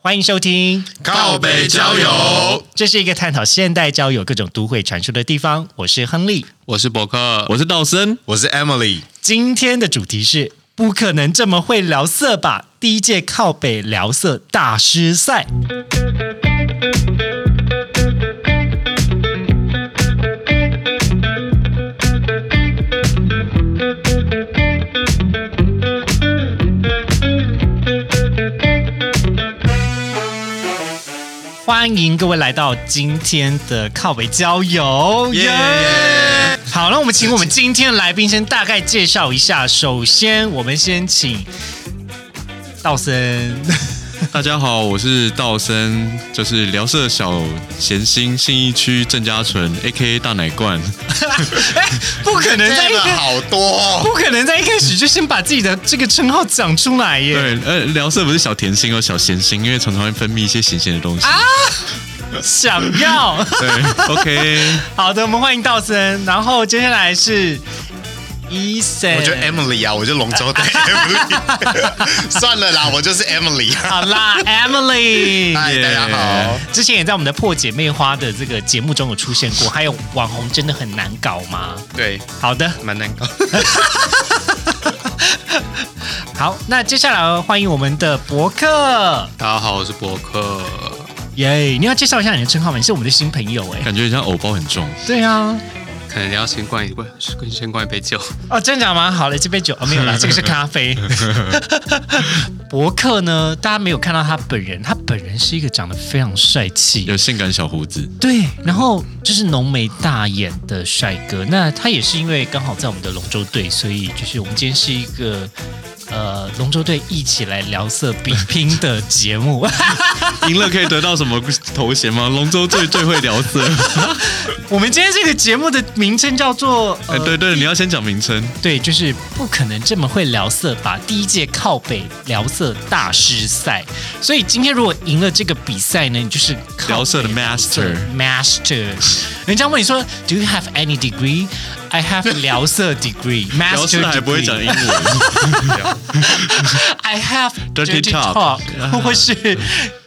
欢迎收听，靠北交友，这是一个探讨现代交友各种都会传说的地方。我是亨利，我是博客，我是道森。我是 Emily，今天的主题是不可能这么会聊色吧？第一届靠北聊色大师赛。欢迎各位来到今天的靠北交友，耶、好，那我们请我们今天的来宾先大概介绍一下。首先，我们先请道 森，大家好，我是道森，就是聊色小闲心信义区郑家纯，A K A 大奶罐。哎不可能在真一的个好多、哦，不可能在一开始就先把自己的这个称号讲出来耶！对，呃，聊色不是小甜心哦，小闲心，因为常常会分泌一些咸咸的东西。想要 对，OK，好的，我们欢迎道森。然后接下来是伊森，我觉得 Emily 啊，我就龙舟 的 Emily，算了啦，我就是 Emily。好 啦，Emily，嗨，大家好，之前也在我们的破姐妹花的这个节目中有出现过。还有网红真的很难搞吗？对，好的，蛮难搞。好，那接下来欢迎我们的博客，大家好，我是博客。耶、你要介绍一下你的称号吗？你是我们的新朋友哎、感觉人家偶包很重，对啊，可能你要先灌一罐，先灌一杯酒。哦，真的假的吗？好了，这杯酒哦没有 啦，这个是咖啡。博客呢，大家没有看到他本人，他本人是一个长得非常帅气，有性感小胡子。对，然后就是浓眉大眼的帅哥。那他也是因为刚好在我们的龙舟队，所以就是我们今天是一个呃龙舟队一起来聊色比拼的节目。 赢了可以得到什么头衔吗？龙舟最最会聊 色。我们今天这个节目的名称叫做哎，呃对对，你要先讲名称。对，就是不可能这么会聊色吧？第一届靠北聊色大师赛，所以今天如果赢了这个比赛呢，你就是靠北聊色的 master master。人家问你说，Do you have any degree? I have 聊色 degree 聊 master 色 degree。还不会讲英文。 I have Dirty dirty talk talk，或是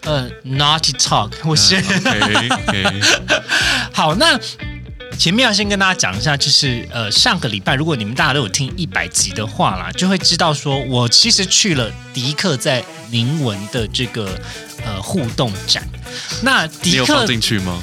呃 naughty talk，或 是 OK OK。 好，那前面要先跟大家讲一下，就是呃，上个礼拜如果你们大家都有听一百集的话啦，就会知道说我其实去了迪克在宁文的这个呃互动展。那你迪有克放，进去吗？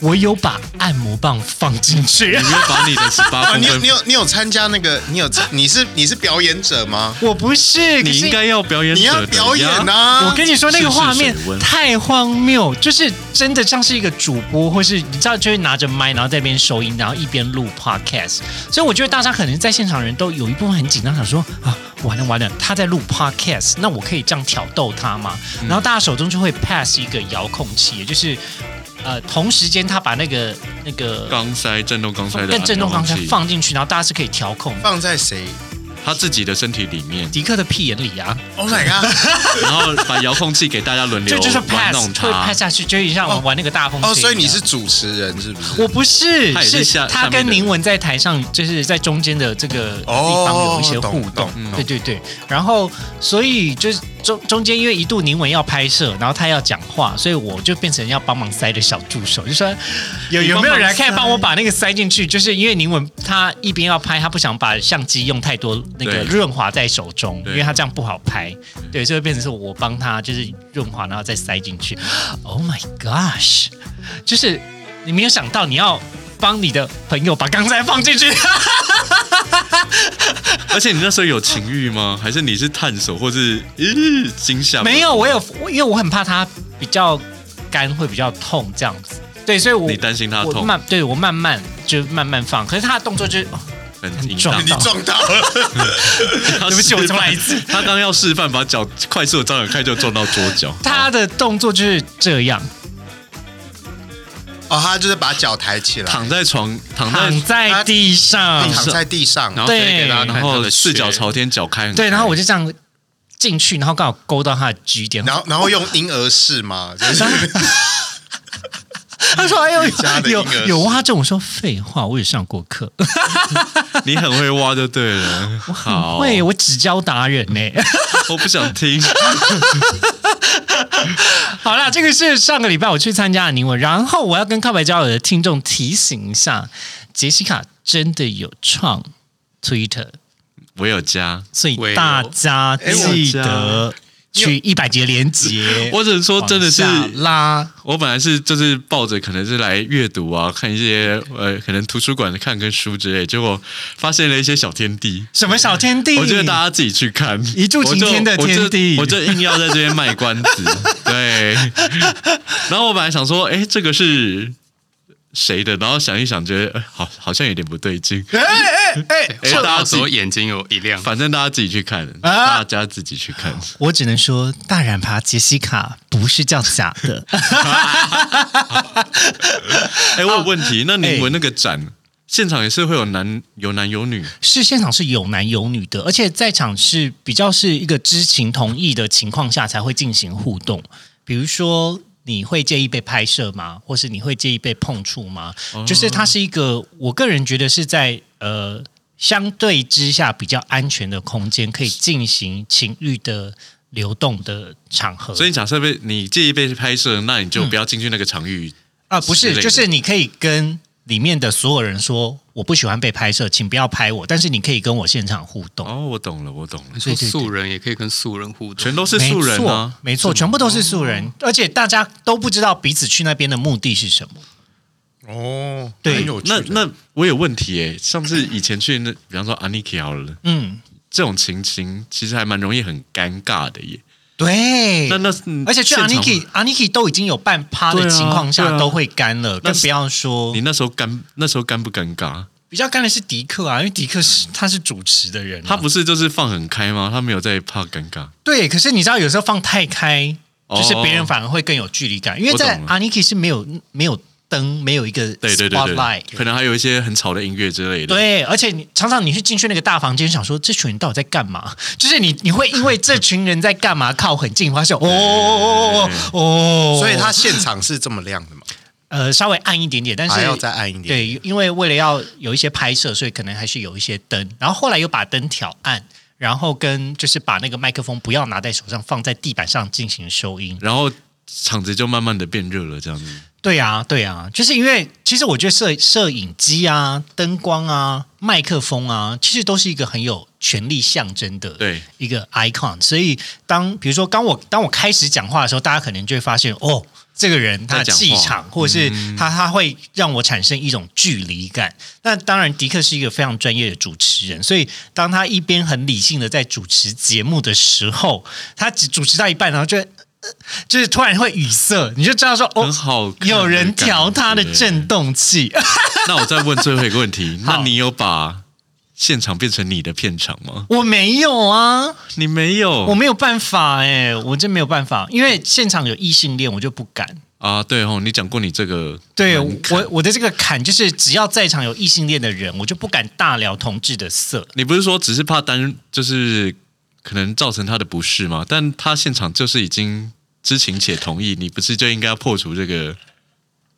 我有把按摩棒放进去你。没有把你的十八 啊，公你有你分，有你有参加那个？你有你是你是表演者吗？ 我不是，可你是应该要表演者你的呀，要表演啊呐、我跟你说，那个试试画面水温太荒谬，就是真的像是一个主播，或是你知道，就会拿着麦，然后在那边收音，然后一边录 podcast。所以我觉得大家可能在现场人都有一部分很紧张，想说啊，完了完了，他在录 podcast，那我可以这样挑逗他吗？然后大家手中就会 pass 一个遥控器，也就是呃，同时间他把那个那个钢塞震动钢塞的跟震动钢塞按钮器，放进去，然后大家是可以调控放在谁他自己的身体里面，迪克的屁眼里啊。 ？Oh my god！然后把遥控器给大家 轮流就就是 pass 玩弄会 pass 它。下去，就有点像玩玩那个大风哦，琴所以一你样是主持人是不 是？我不是，他也是下他下面跟的宁文在台上，就是在中间的这个地方哦有一些互动懂懂，对对对。然后，所以就是中中间，因为一度宁文要拍摄，然后他要讲话，所以我就变成要帮忙塞的小助手，就说有有没有人可以帮我把那个塞进去？就是因为宁文他一边要拍，他不想把相机用太多那个对润滑在手中，因对为他这样不好拍，对，所以变成是我帮他就是润滑，然后再塞进去。Oh my gosh！就是你没有想到你要帮你的朋友把钢塞放进去， 而且你那时候有情欲吗？还是你是探索或是咦惊吓？没，有，我有，因为我很怕它比较干会比较痛这样子，对，所以我你担心它我痛，慢，对我慢慢就慢慢放，可是他的动作就是、哦很淫重荡你。撞到了，对对不起我重来一次。 他刚要示范，把脚快速的张展开就撞到桌 角。他的动作就是这样，哦，他就是把脚抬起来，躺在床，躺在躺在地上你，躺在地上，然后对可以给大家看然后他的四脚朝天，脚开很对，开然后我就这样进去，然后刚好勾到他的 G 点，然后然后用婴儿式嘛，就是他说：“哎呦，家的婴有儿有挖这种说废话，我也上过课，你很会挖就 对了。我好喂，我只教达人呢、我不想听。 好啦，这个是上个礼拜我去参加的宁文，然后我要跟靠白交友的听众提醒一下，杰西卡真的有创 Twitter，我有加，所我也以有大家记哎得去一百节连接。我只能说真的是，往下拉，我本来是就是抱着可能是来阅读啊，看一些呃可能图书馆看跟书之类，结果发现了一些小天地。什么小天地？我觉得大家自己去看一柱擎天的天地我就我就我就硬要在这边卖关 子，对。然后我本来想说，哎，这个是谁的？然后想一想，觉得呃好好像有点不 对劲。哎哎我大家到自时己候眼睛有一亮，反正大家自己去看，啊大家自己去看。我只能说，大染发杰西卡不是叫假的。 哎，我有问题，那你们那个展现场也是会有男有男有女？是现场是有男有女的，而且在场是比较是一个知情同意的情况下才会进行互动。比如说，你会介意被拍摄吗？或是你会介意被碰触吗？哦就是它是一个，我个人觉得是在呃相对之下比较安全的空间，可以进行情欲的流动的场合。所以假设被你介意被拍摄，那你就嗯不要进去那个场域。啊，不之类是，的就是你可以跟里面的所有人说，我不喜欢被拍摄，请不要拍我，但是你可以跟我现场互动。哦，我懂了，我懂了，说对对对素人也可以跟素人互动，全都是素人啊。没错，没错，全部都是哦素人，而且大家都不知道彼此去那边的目的是什么。哦，对很有趣那的。那我有问题诶，上次以前去那，比方说 Aniki 好了，嗯，这种情形其实还蛮容易很尴尬的耶。对。那那嗯而且去现场 Aniki Aniki 都已经有半趴的对啊情况对下，啊都会干了，那更不要说你那时候尴那时候尴不尴尬？比较干的是迪克啊，因为迪克是他是主持的人啊、他不是就是放很开吗？他没有在怕尴尬。对。可是你知道，有时候放太开，哦就是别人反而会更有距离感，因为我懂在了 Aniki 是没有没有灯，没有一个对对对对 spotlight，可能还有一些很吵的音乐之类的。，对，而且你常常你去进去那个大房间，想说这群人到底在干嘛？ 就是你你会因为这群人在干嘛靠很近，发 现哦嗯哦哦哦哦，所以它现场是这么亮的嘛？呃稍微暗一点点，但是还要再暗一点对，因为为了要有一些拍摄，所以可能还是有一些灯。然后后来又把灯调暗，然后跟就是把那个麦克风不要拿在手上，放在地板上进行收音。然后场子就慢慢的变热了，这 样子。对啊，对啊，就是因为其实我觉得摄摄影机啊、灯光啊、麦克风啊，其实都是一个很有权力象征的对一个 icon。所以当比如说当我当我开始讲话的时候，大家可能就会发现哦，这个人他的在讲话嗯气场，或者是他他会让我产生一种距离感。那当然，迪克是一个非常专业的主持人，所以当他一边很理性的在主持节目的时候，他只主持到一半，然后就。呃就是突然会语塞，你就知道说哦很好，看的有人调他的震动器，呃那我再问最后一个问题，好那你有把现场变成你的片场吗？我没有啊，你没有，我没有办法哎、我真没有办法，因为现场有异性恋，我就不敢。啊，对哦，你讲过你这个对门槛我我的这个坎就是，只要在场有异性恋的人，我就不敢大聊同志的色。你不是说只是怕单就是可能造成他的不适吗？但他现场就是已经知情且同意，你不是就应该要破除这个？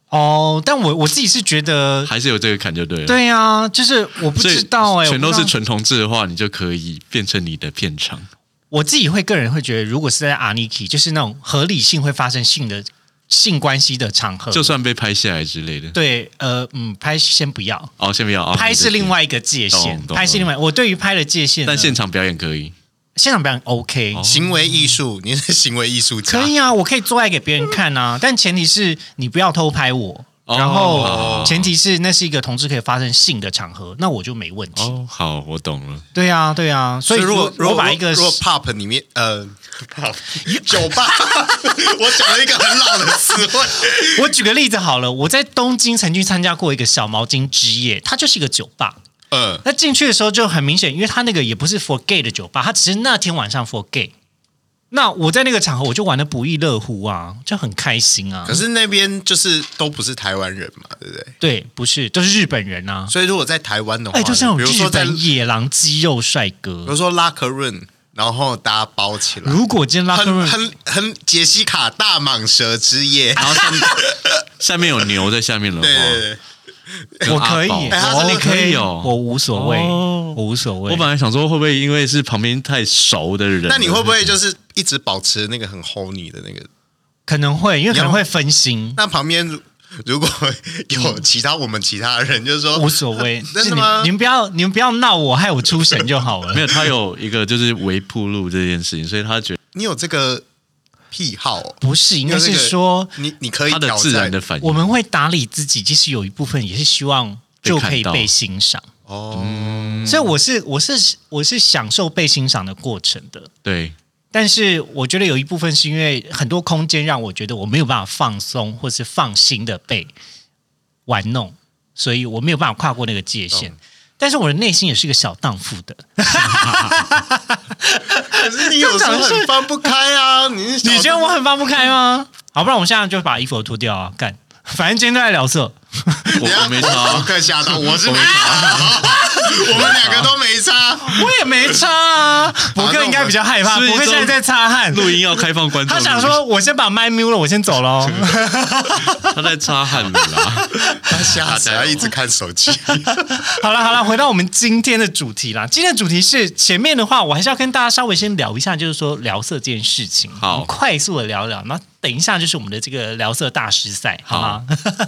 哦，但我我自己是觉 得，还是有这个坎就对了。，对啊，就是我不所以知道哎、全都我是不知道纯同志的话，你就可以变成你的片场。我自己会个人会觉得，如果是在阿尼基，就是那种合理性会发生性的性关系的场合，就算被拍下来之类的。对呃嗯拍先不要，哦，先不要啊，拍是另你外一个界限懂，懂拍是另外。我对于拍的界限的片，呢，但现场表演可以。现场表演 OK，、哦行为艺术，你是行为艺术家可，以啊，我可以做爱给别人看啊，但前提是你不要偷拍我。哦然好后前提是那是一个同志可以发生性的场合，那我就没问题。哦，好，我懂了。对啊，对啊，所以如果如我果把一个如果 pop 里面呃 pop 酒吧， 我讲了一个很老的词汇，我举个例子好了，我在东京曾经参加过一个小毛巾之夜，它就是一个酒吧。嗯，那进去的时候就很明显，因为它那个也不是 for gay 的酒吧，它只是那天晚上 for gay。那我在那个场合我就玩的不亦乐乎啊，就很开心啊可。是那边就是都不是台湾人嘛，对不对？对，不是，都是日本人啊。所以如果在台湾的话，哎，就是那种比如日说在本比野狼肌肉帅哥如。说拉克润，然后大家包起来，如果今天拉克很润，很很杰西卡大蟒蛇之夜，啊然后下面下面有牛在下面了。对对哦对，我可以，哎他真的我可 OK，以哦我无所谓，哦我无所谓。我本来想说，会不会因为是旁边太熟的人？那你会不会就是一直保持那个很 honey 的那个可能会，因为可能会分心， 那旁边如如果有其他我们其他人，就是说无所谓。 真是的你吗们你们不要你们不要闹我，害我出神就好了。没有，他有一个就是微铺路这件事情，所以他觉得你有这个癖好哦，不是，应你该有这是个哎说你你可以他的挑自然战的反应我。们会打理自己，其实有一部分也是希望就可以被看到被欣赏。哦，所以我是我是我是享受被欣赏的过程的，对，但是我觉得有一部分是因为很多空间让我觉得我没有办法放松或是放心的被玩弄，所以我没有办法跨过那个界限。但是我的内心也是一个小荡妇的，可是你有时候很放不开啊，你是你觉得我很放不开吗？好，不然我们现在就把衣服脱掉啊，干，反正今天都在聊色。我我没 我差，快吓到，我是没差， 我们两个都没差，我也没擦啊，博那哥我应该比较害怕，是不是博哥现在在擦汗。录音要开放观众。他想说，我先把麦瞄了，我先走 喽。他在擦汗了啦，他吓死，他一直看手机。好了好了，回到我们今天的主题啦。今天的主题是前面的话，我还是要跟大家稍微先聊一下，就是说聊色这件事情，好我们快速的聊一聊。那等一下就是我们的这个聊色大师赛，好吗？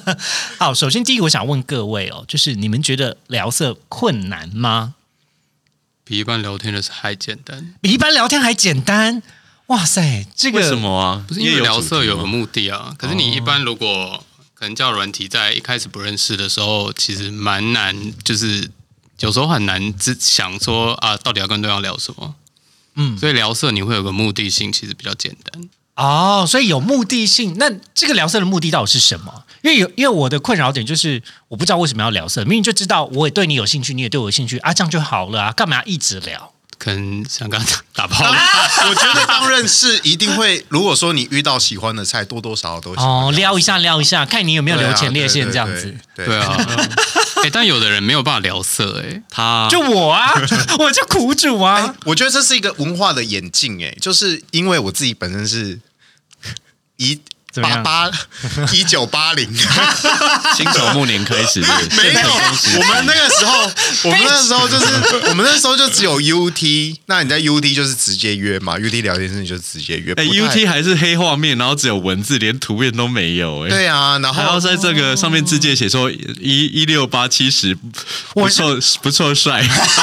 好，首先第一个我想问各位哦，就是你们觉得聊色困难吗？比一般聊天的还简单，比一般聊天还简单？哇塞，这个为什么啊？不是因为有聊色有主个题吗目的啊。可是你一般如果可能叫软体在一开始不认识的时候，其实蛮难，就是有时候很难只想说啊，到底要跟对方聊什么。嗯所以聊色你会有个目的性，其实比较简单。哦，所以有目的性。那这个聊色的目的到底是什么？因为有，因为我的困扰点就是我不知道为什么要聊色，明明就知道我也对你有兴趣，你也对我有兴趣啊，这样就好了啊，干嘛要一直聊？可能想跟他打打炮，啊我觉得刚认识一定会，如果说你遇到喜欢的菜，多多少少都喜欢哦，撩一下撩一下，看你有没有对啊留前列腺对这样对子。对 对啊。 哎、但有的人没有办法聊色、哎，他就我啊，我就苦主啊，哎我觉得这是一个文化的演进，哎，就是因为我自己本身是一怎么八样八一九八零，新手暮年开始的，没有，我们那个时候，我们那时候就是，我们那时候就只有 UT，那你在 UT 就是直接约嘛，UT 聊天室你就直接约，哎不太，UT 还是黑画面，然后只有文字，连图片都没有，哎。对啊，然还要后在这个上面字界写说一一六八七十，不错不 错帅，那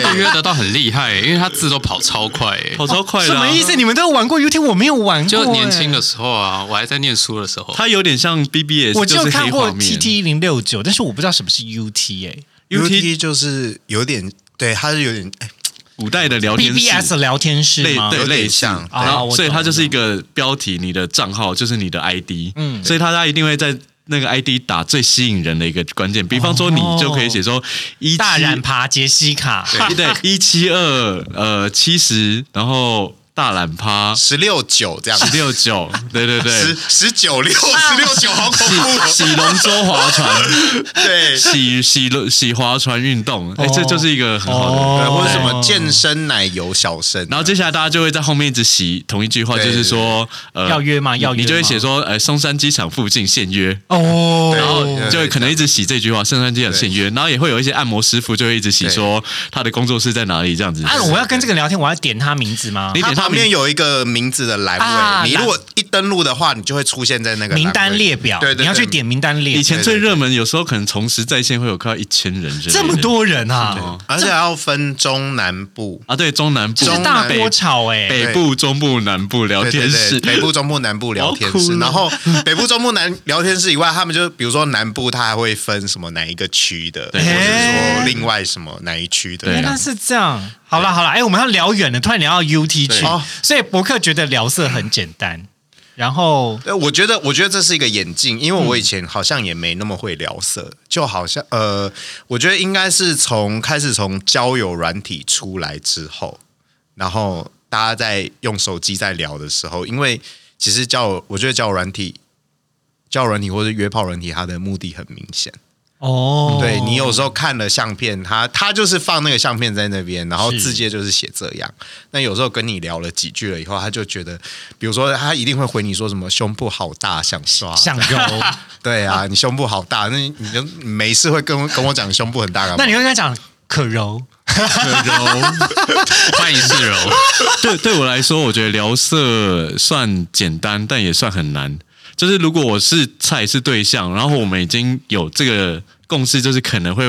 个对 约得到很厉害、哎因为他字都跑超快、哎。跑超快什的、啊么意思？？你们都有玩过 UT，我没有玩过、哎就年轻的，的时候啊，我还在念书的时候，它有点像 BBS，我只就是有黑看画过面 TT 一零六九，但是我不知道什么是 UT 哎、 UT 就是有点，对，他是有点，哎古代的聊天室 BBS 聊天室类吗？对有点类似像啊然我后懂所以它我就是一个标题，你的账号就是你的 ID，嗯嗯，所以它它一定会在那个 ID 打最吸引人的一个关键，比方说你就可以写说一哦大染爬杰西卡，对一七二呃七十，然后大懒趴十六九这样，十六九，对对十对，十九六十六九，好恐怖， 洗龙舟划船，对。洗洗龙洗划船运动，哎，哦这就是一个很好的。对，哦或者什么健身奶油小生，啊然后接下来大家就会在后面一直洗同一句话，对就是说，呃，要约吗你要约吗你就会写说，呃，松山机场附近现约，哦，然后就会可能一直洗这句话，松山机场现约，然后也会有一些按摩师傅就会一直洗对说他的工作室在哪里这样子。啊，我要跟这个聊天，我要点他名字吗你？它点它旁边有一个名字的栏位，啊你如果一登录的话，你就会出现在那个名栏单位列表，对对对，你要去点名单列以表，前最热门，有时候可能同时在线会有快要一千人之类的这么多人啊，而且还要分中南部。啊？对，中南这部是大中南锅炒哎，北部、中部、南部聊哦对对天室对，，北部、中部、南部聊天好酷室，啊哦然后北部、中部、南聊天室以外，他们就比如说南部，它还会分什么哪一个区的，或者是哎说另外什么哪一区的。对原啊来是这样。好了好了，哎，我们要聊远了，突然聊到 UT 去对哦，所以博客觉得聊色很简单，然后呃，我觉得，我觉得这是一个演进，因为我以前好像也没那么会聊色，就好像呃，我觉得应该是从开始从交友软体出来之后，然后大家在用手机在聊的时候，因为其实交友，我觉得交友软体。交友软体或者约炮软体，它的目的很明显。哦，对你有时候看了相片，它它就是放那个相片在那边，然后是字界就是写这样。那有时候跟你聊了几句了以后，他就觉得，比如说他一定会回你说什么胸部好大，想刷。想 揉，对啊，你胸部好大，那你就你没事会跟我跟我讲胸部很大干嘛那？你会跟他讲可揉，可柔，范世柔，对对我来说，我觉得聊色算简单，但也算很难。就是如果我是菜是对象，然后我们已经有这个共识，就是可能会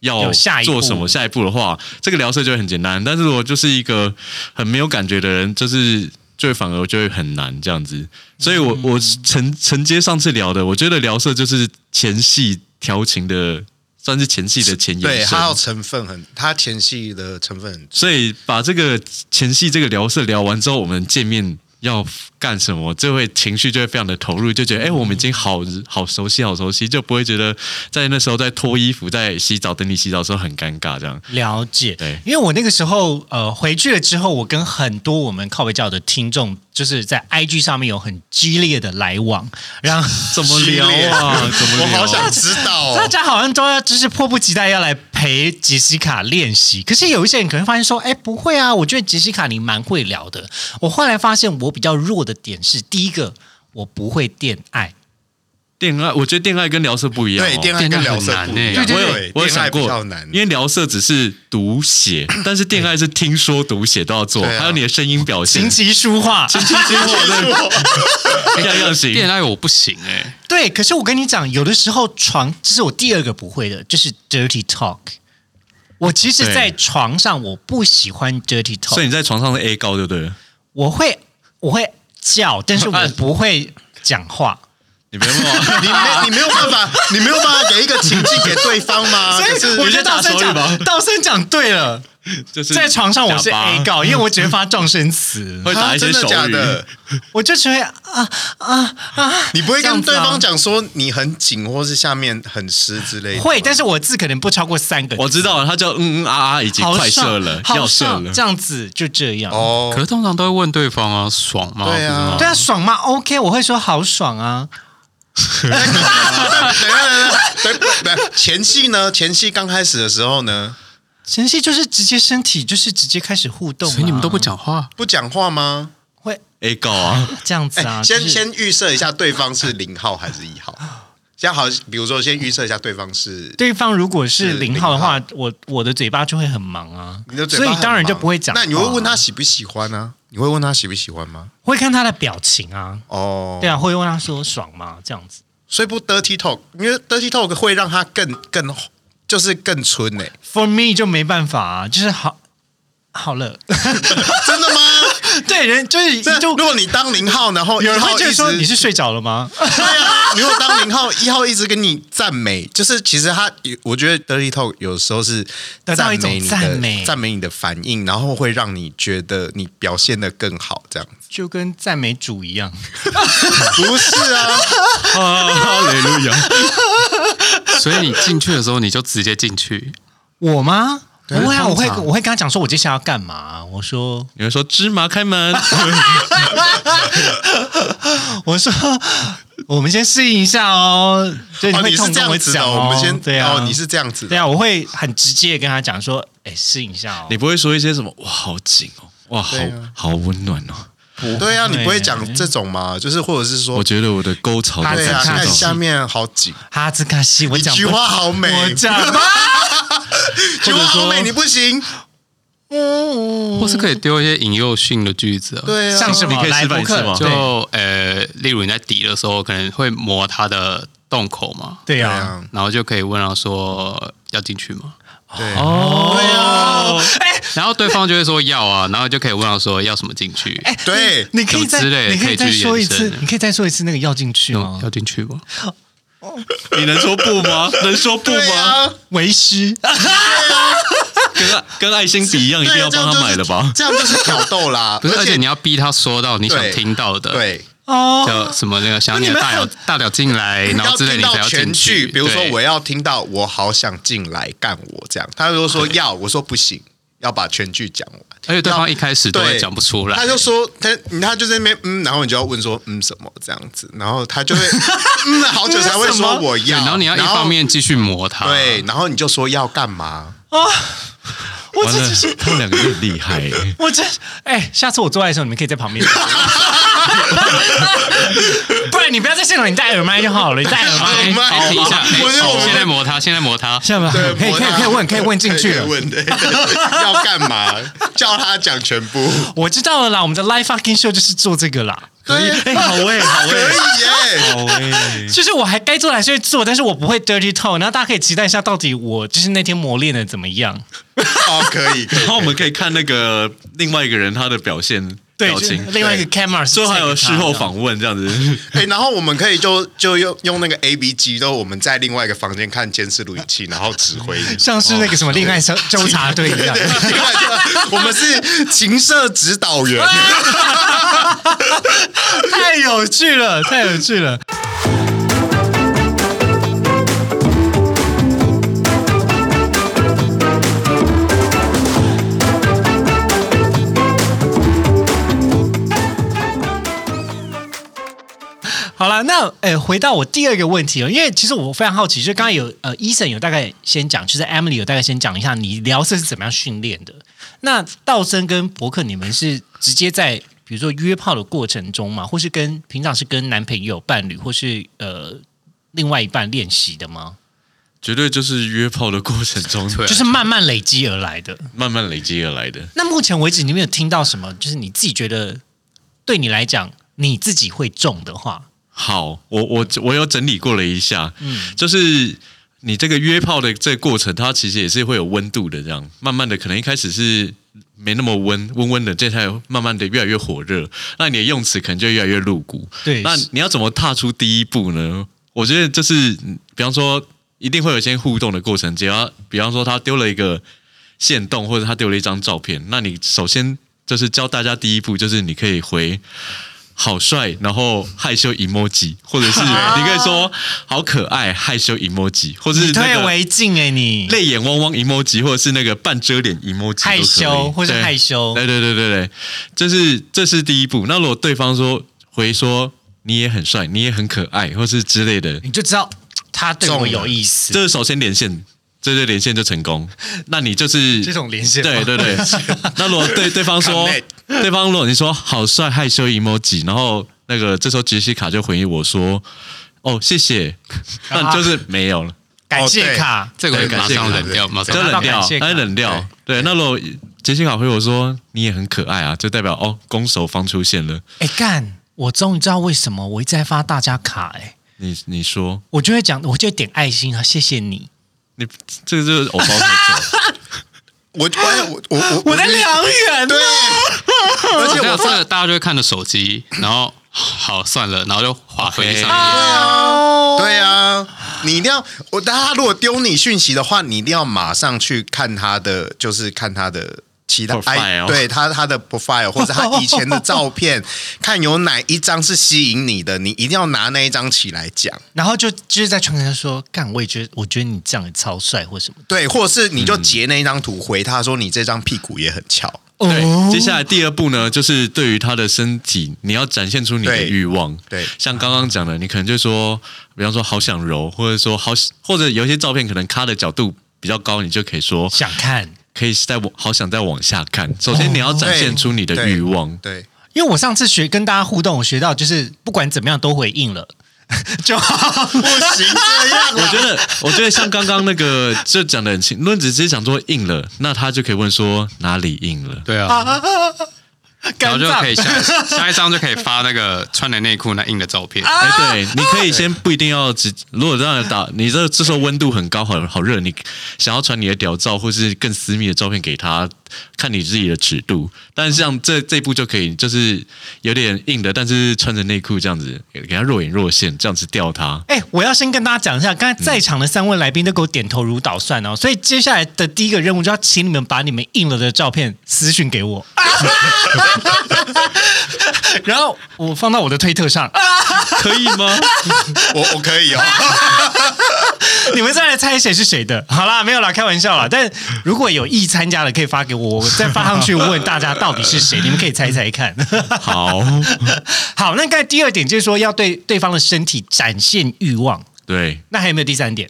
要有下一步做什么下一步的话，这个聊色就会很简单。但是如果就是一个很没有感觉的人，就是就会反而就会很难这样子。所以我嗯我承承接上次聊的，我觉得聊色就是前戏调情的，算是前戏的前延伸。对，它要成分很，它前戏的成分很所以把这个前戏这个聊色聊完之后，我们见面要干什么，就会情绪就会非常的投入，就觉嗯得哎、我们已经好好熟悉，好熟悉，就不会觉得在那时候在脱衣服、在洗澡等你洗澡的时候很尴尬这样。了解，对因为我那个时候呃回去了之后，我跟很多我们靠北教的听众，就是在 IG 上面有很激烈的来往，然后怎么聊啊？怎么聊、我好想知道、大哦。家好像都要就是迫不及待要来陪杰西卡练习，可是有一些人可能发现说，哎，不会啊，我觉得杰西卡你蛮会聊的。我后来发现我比较弱的点是，第一个我不会恋爱，恋爱，我觉得恋爱跟聊色不一样、哦。对，恋爱跟聊色不一样，恋爱很难欸我有对我有恋爱想比过较难，，因为聊色只是读写，但是恋爱是听说读写都要做，对啊还有你的声音表现琴、棋书画， 样样行。恋爱我不行哎、对。可是我跟你讲，有的时候床，这是我第二个不会的，就是 dirty talk。我其实，对在床上我不喜欢 dirty 所 talk，以你在床上是 A 高，对不对了？我会我会叫，但是我不会讲话。你别 问我。你没你没有办法，你没有办法给一个情境给对方 吗？所啊可是以我觉得道生你就打手语讲，道生讲对了。就是在床上我是哑巴 A 嗯告，因为我只会发撞声 词，会打一些啊真手的假语，的？我就只会啊啊啊！你不会这跟样子对啊方讲说你很紧，或是下面很湿之类的吗？会，但是我字可能不超过三个字。 我知道了，他就嗯嗯啊啊，已经好快射上了，好要射上了。这样子就这样。哦可， 是通常都会问对方啊，爽吗？对啊不是对吗啊，爽吗？OK，我会说好爽啊。等一下等一下等一下等一下，前戏呢？前戏刚开始的时候呢，前戏就是直接身体，就是直接开始互动啊、所以你们都不讲话，不讲话吗？会 A 告啊，这样子哎、啊？就先是先预设一下对方是零号还是一号？这样好，比如说先预设一下对方是。对方如果是是零零号的话，我我的嘴巴就会很忙啊，你的嘴所巴以很当然就忙不会讲话啊。那你会问他喜不喜欢呢、你会问他喜不喜欢吗？会看他的表情啊，哦，对啊，会问他说爽吗？这样子所以不 dirty talk，因为 dirty talk 会让他更更就是更春欸呢、 ，for me 就没办法啊，就是好好了。真的吗？对人就是这就如果你当零号，然后有人一会号就一是说直你是睡着了吗？对啊，如果当零号一号一直跟你赞美，就是其实他，我觉得 dirty talk 有时候是得到一种美你赞的美赞美你的反应，然后会让你觉得你表现的更好，这样子。就跟赞美主一样，不是啊，啊哈雷路亚，啊所以你进去的时候你就直接进去，我吗？不啊会啊，我会通常我会跟他讲说，我接下来要干嘛？我说你们说芝麻 开门，我说，我们先适应一下哦。对，哦，会你是痛这跟我样子的讲哦，我们先对啊，哦，你是这样子对的，啊，我会很直接地跟他讲说，哎，适应一下哦。你不会说一些什么哇好紧哦，哇好对啊好温暖哦，对啊，会你不会讲这种吗？就是或者是说我，觉得我的沟槽对啊，他看是这下种，面好紧，哈兹卡西，我你讲不菊花好美，我讲吧，菊花好美，你不行，或是可以丢一些引诱性的句子啊。。嗯对啊，像什你么可以来示博范一次客吗就对呃，例如你在抵的时候，可能会磨他的洞口嘛，对对啊，啊，然后就可以问他说要进去吗？对哦，然后对方就会说要 啊，然后就可以问他说要什么进去，哎，对你你可以再什么之类的你可以可以再去说一延次伸，你可以再说一次那个要进去吗嗯哦要？进去吗？啊你能说不 吗？能说不对吗？啊，为师，啊跟爱跟爱心笔一样，一定要帮他买了吧？啊这样就是挑逗啦， 不是，而且你要逼他说到你想对听到的，，对。哦，叫什么那个想你那的你们大很屌大屌进来，然 要后之类听你到才要全进句，去。比如说对我要听到我好想进来干我这样，他如果说要，我说不行，要把全句讲完。而且对方一开始都会对讲不出来，他就说他他就在那边嗯，然后你就要问说嗯什么这样子，然后他 就会嗯了好久才会说我对要，然后你要一方面继续磨他，对，，然后你就说要干嘛？哦我完这了就是， 他们两个就很厉害，欸我 这，哎、下次我做爱的时候，你们可以在旁边，不然你不要在现场，你戴耳麦就好了，你戴耳麦。麦哎，停一下，哎我觉得我们现在摩擦，现在摩擦，下吧，对，可以摩可以拉可以问，可以问进去可以了。问对，对要干嘛？叫他讲全 部，我知道了啦，我们的 live fucking show 就是做这个啦。可以，哎好欸哎，好可哎，以耶！哦好哎，就是我还该做的还是会做，但是我不会 dirty talk。然后大家可以期待一下，到底我就是那天磨练的怎么样？哦，可以，可以然后我们可以看那个另外一个人他的表现对，表就是情，另外一个 camera，最后还有事后访。访问这样子，哎，然后我们可以就就用用那个 A B 机，都我们在另外一个房间看监视录影器，然后指挥你。 像是那个什么恋爱纠纠察队一样。另外就我们是情社指导员，啊太有趣了，太有趣了。好了，那诶，回到我第二个问题哦，因为其实我非常好奇，就刚才有呃，医生有大概先讲，就是 Emily 有大概先讲一下你聊色是怎么样训练的。那道生跟博客，你们是直接在比如说约炮的过程中嘛，或是跟平常是跟男朋友、伴侣，或是呃另外一半练习的吗？ 绝对就是约炮的过程中对就是慢慢累积而来的。慢慢累积而来的。那目前为止，你有没有听到什么？就是你自己觉得对你来讲，你自己会中的话，好，我我我有整理过了一下，就是你这个约炮的这个过程，它其实也是会有温度的，这样慢慢的，可能一开始是没那么温温温的，这才慢慢的越来越火热，那你的用词可能就越来越露骨。对那你要怎么踏出第一步呢？我觉得就是，嗯比方说，一定会有一些互动的过程，只要比方说他丢了一个线动，或者他丢了一张照片，那你首先就是教大家第一步，就是你可以回。好帅，然后害羞 emoji，或者是你可以说好可爱害羞 emoji，或者是、你那退个为进哎、你泪眼汪汪 emoji，或者是那个半遮脸 emoji，都可以害羞或是对害羞对对对对对，这是这是第一步。那如果对方说回说你也很帅，你也很可爱，或是之类的，你就知道他对我中了有意思。这是首先连线，这就连线就 成功。那你就是这种连线吗对对 对。那如果对对方说 Connect，对方如果你说好帅害羞 emoji，然后那个这时候杰西卡就回应我说哦 谢谢，啊那就是没有了。感谢对卡，这个会对马感谢上感冷掉，马上就拿冷到冷掉。掉感谢，卡他冷掉。对，那如果杰西卡回我说你也很可爱啊，就代表哦，攻守方出现了。哎干，我终于知道为什么我一直在发大家卡哎、你你说我就会讲，我就会点爱心啊，谢谢你。你这个就是偶包太久，我我我我我在啊良缘对，而且这我个这发个大家就会看着手机，然后好算了，然后就划回上啊面。哦，对啊，你一定要我，大家如果丢你讯息的话，你一定要马上去看他的，就是看他的其他哎 Profile 对他他的 profile 或者他以前的照 片，看有哪一张是吸引你的，你一定要拿那一张起来讲。然后就就是在床上说，干，我也觉得，我觉得你这样也超帅或什么。对，或者是你就截那一张图回他说你这张屁股也很翘，哦对，哦接下来第二步呢，就是对于他的身体，你要展现出你的对欲望。对像刚刚讲的，你可能就说，比方说好想揉，或者说好，或者有一些照片可能咔的角度比较高，你就可以说想看，可以再往好想再往下看。首先你要展现出你的哦对欲 望，对，因为我上次学跟大家互动，我学到就是不管怎么样都回应了， 就好。不行这样我啊，觉得，我觉得像刚刚那个就讲的很清，论只是讲说硬了，那他就可以问说哪里硬了。对啊，然后肝就脏可以下 下一张就可以发那个穿的内裤那印的照 片。啊哎、对，你可以先不一定要直，如果让人打，你这这时候温度很高，好好热，你想要传你的屌照或是更私密的照片给他，看你自己的尺度。但是像这这一步就可以，就是有点硬的，但是穿着内裤这样子，给他若隐若现，这样子吊他。哎、我要先跟大家讲一下，刚才在场的三位来宾都给我点头如捣蒜哦，所以接下来的第一个任务就要请你们把你们印了的照片私讯给 我，然后我放到我的推特上，可以吗？我我可以哦，你们再来猜谁是谁的。好啦，没有啦，开玩笑 啦。但如果有意参加的，可以发给我，我再发上去问大家到底是谁，你们可以猜猜看。 好， 好，那刚才第二点就是说要对对方的身体展现欲望，对。那还有没有第三点？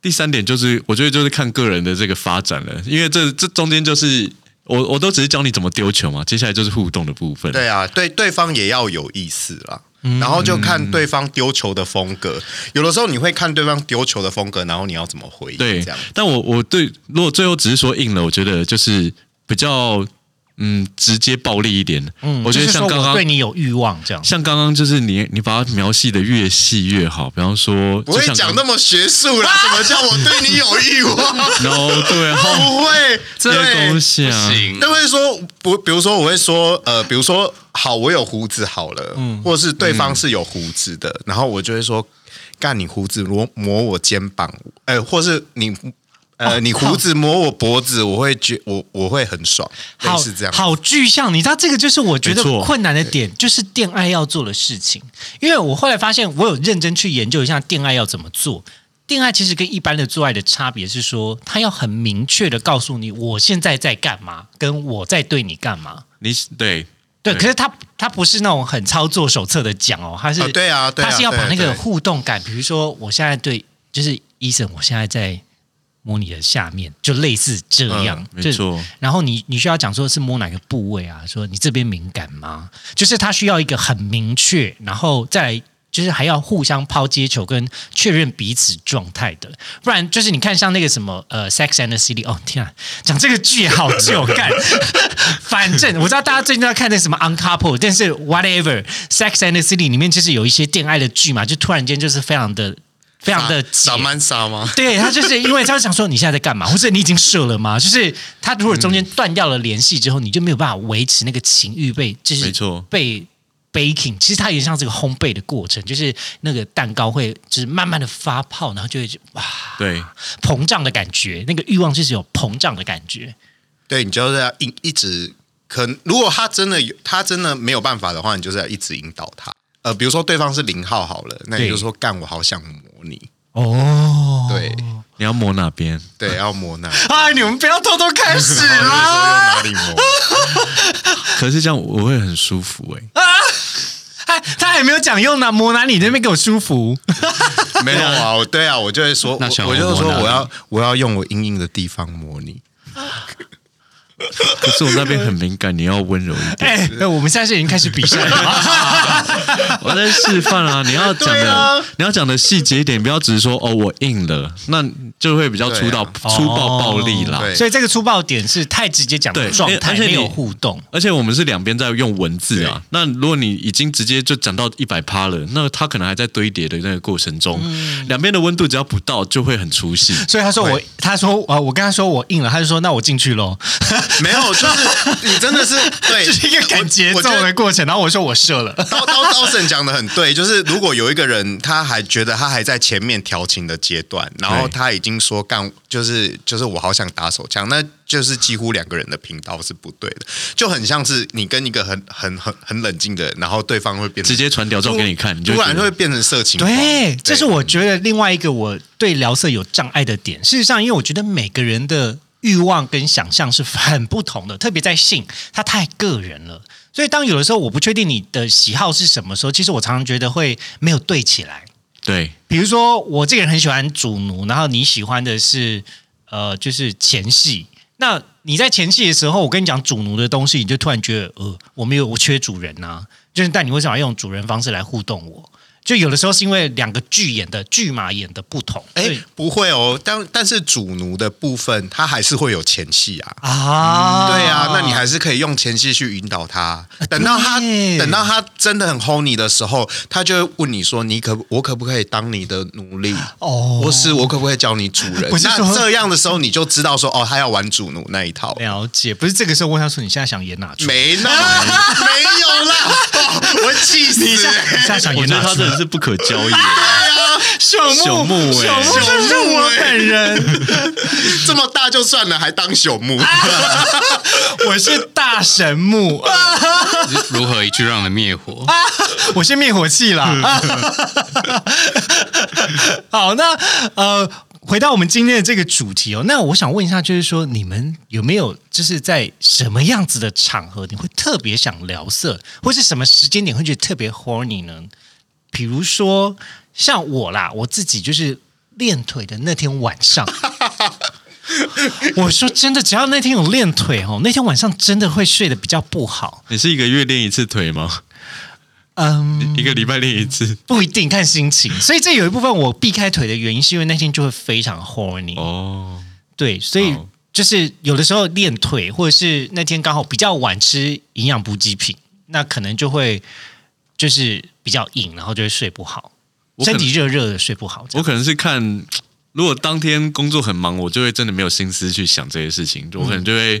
第三点就是，我觉得就是看个人的这个发展了，因为这这中间就是我我都只是教你怎么丢球嘛，接下来就是互动的部分。 对啊，对对方也要有意思啦。然后就看对方丢球的风格，有的时候你会看对方丢球的风格，然后你要怎么回应对这样。，但我我对如果最后只是说硬了，我觉得就是比较嗯直接暴力一点。嗯，我觉得就是像说刚我刚对你有欲望这样。像刚刚就是你你把它描细的越细越好，比方说不会就像讲刚那么学术啦，什么叫我对你有欲望？ no 对啊，不会，这 对东，西啊，行，那会说不，比如说我会说，呃，比如说好，我有胡子好了，或者是对方是有胡子的，然后我就会说，干你胡子摸摸我肩膀，呃，或是你。呃，你胡子摸我脖子，我会觉我我会很爽，类好似这样。好具象，你知道这个就是我觉得没错困难的点，就是恋爱要做的事情。因为我后来发现，我有认真去研究一下恋爱要怎么做。恋爱其实跟一般的做爱的差别是说，他要很明确的告诉你我现在在干嘛，跟我在对你干嘛。你对对，对可是他他不是那种很操作手册的讲哦，他是、哦对啊对啊他是要把那对个对互动感，比如说我现在对，就是医生，我现在在摸你的下面，就类似这样，嗯没就错。然后你你需要讲说是摸哪个部位啊，说你这边敏感吗？就是他需要一个很明确，然后再来。就是还要互相抛接球跟确认彼此状态的，不然就是你看像那个什么呃《Sex and the City》哦天啊，讲这个剧好旧干。反正我知道大家最近都在看那什么《Uncouple》，但是 whatever，《Sex and the City》里面就是有一些恋爱的剧嘛，就突然间就是非常的非常的解萨曼莎吗？对他就是因为他就想说你现在在干嘛，或者你已经射了吗？就是他如果中嗯间断掉了联系之后，你就没有办法维持那个情欲被就是没错被 baking。其实它有点像这个烘焙的过程，就是那个蛋糕会就是慢慢的发泡，然后就会哇对膨胀的感觉，那个欲望就是有膨胀的感觉。对你就是要一一直，可能如果他真的有，他真的没有办法的话，你就是要一直引导他。呃，比如说对方是零号好了，那你对就说干，我好想摸你。哦，对你要摸哪边？对，要摸那，哎，你们不要偷偷开始然啦！ 后就说用哪里摸？可是这样我会很舒服哎、哎，他还没有讲用呢，摩拿你那边给我舒服。没有啊，我对啊，我就会说，我那想要我就说摸哪里我要我要用我阴影的地方摸你。可是我那边很敏感，你要温柔一点。哎，那我们现在是已经开始比赛 了。 我在示范啊，你要讲对的，啊你要讲的细节一点，不要只是说哦我硬了，那就会比较粗到、啊粗暴暴力啦。哦对所以这个粗暴点是太直接讲的对状态，而且没你有互动。而且我们是两边在用文字啊，那如果你已经直接就讲到一百趴了，那他可能还在堆叠的那个过程中，两边的温度只要不到，就会很出戏。所以他说我，他说呃，我跟他说我硬了，他就说那我进去 喽，没有，就是你真的是 对，就是一个赶节我奏我觉得的过程。然后我说我射了，刀刀刀神讲的很对，就是如果有一个人他还觉得他还在前面调情的阶段，然后他已经说干，就是就是我好想打手枪，那就是几乎两个人的频道是不对的，就很像是你跟一个很很很很冷静的人，然后对方会变成直接传屌照给你看，你就突然觉得会变成色情 狂。嗯对，这是我觉得另外一个我对聊色有障碍的点。事实上，因为我觉得每个人的欲望跟想象是很不同的，特别在性，它太个人了。所以，当有的时候我不确定你的喜好是什么时候，其实我常常觉得会没有对起来。对比如说我这个人很喜欢主奴，然后你喜欢的是呃，就是前戏。那你在前戏的时候，我跟你讲主奴的东西，你就突然觉得呃，我没有，我缺主人呐、就是，但你为什么要用主人方式来互动我？就有的时候是因为两个剧演的剧码演的不同，所哎以，不会哦，但但是主奴的部分，他还是会有前戏啊。啊，对啊，那你还是可以用前戏去引导他。等到他对等到他真的很 h o 你的时候，他就会问你说：“你可我可不可以当你的奴隶？哦或是我可不可以叫你主人不？”是那说这样的时候，你就知道说哦，他要玩主奴那一套。了解，不是这个时候问他说你现在想演哪出？没 那没有啦，哦我气死你现在你现在想我演觉得哪他出真？的是不可交易。朽朽木木，哎朽木就是我本人。 这么大就算了，还当朽木。啊我是大神木，如何一句让人灭火？啊我是灭火器啦。 好，那呃，回到我们今天的这个主题哦，那我想问一下，就是说你们有没有就是在什么样子的场合你会特别想聊色，或是什么时间点会觉得特别 horny 呢？比如说像我啦，我自己就是练腿的那天晚上。我说真的，只要那天有练腿哦，那天晚上真的会睡得比较不好。你是一个月练一次腿吗？嗯，一个礼拜练一次？不一定看心情，所以这有一部分我避开腿的原因，是因为那天就会非常 horny。哦，对，所以哦就是有的时候练腿，或者是那天刚好比较晚吃营养补给品，那可能就会就是比较硬，然后就会睡不好，可身能体热热的睡不好。这我样可能是看，如果当天工作很忙，我就会真的没有心思去想这些事情，我可能就会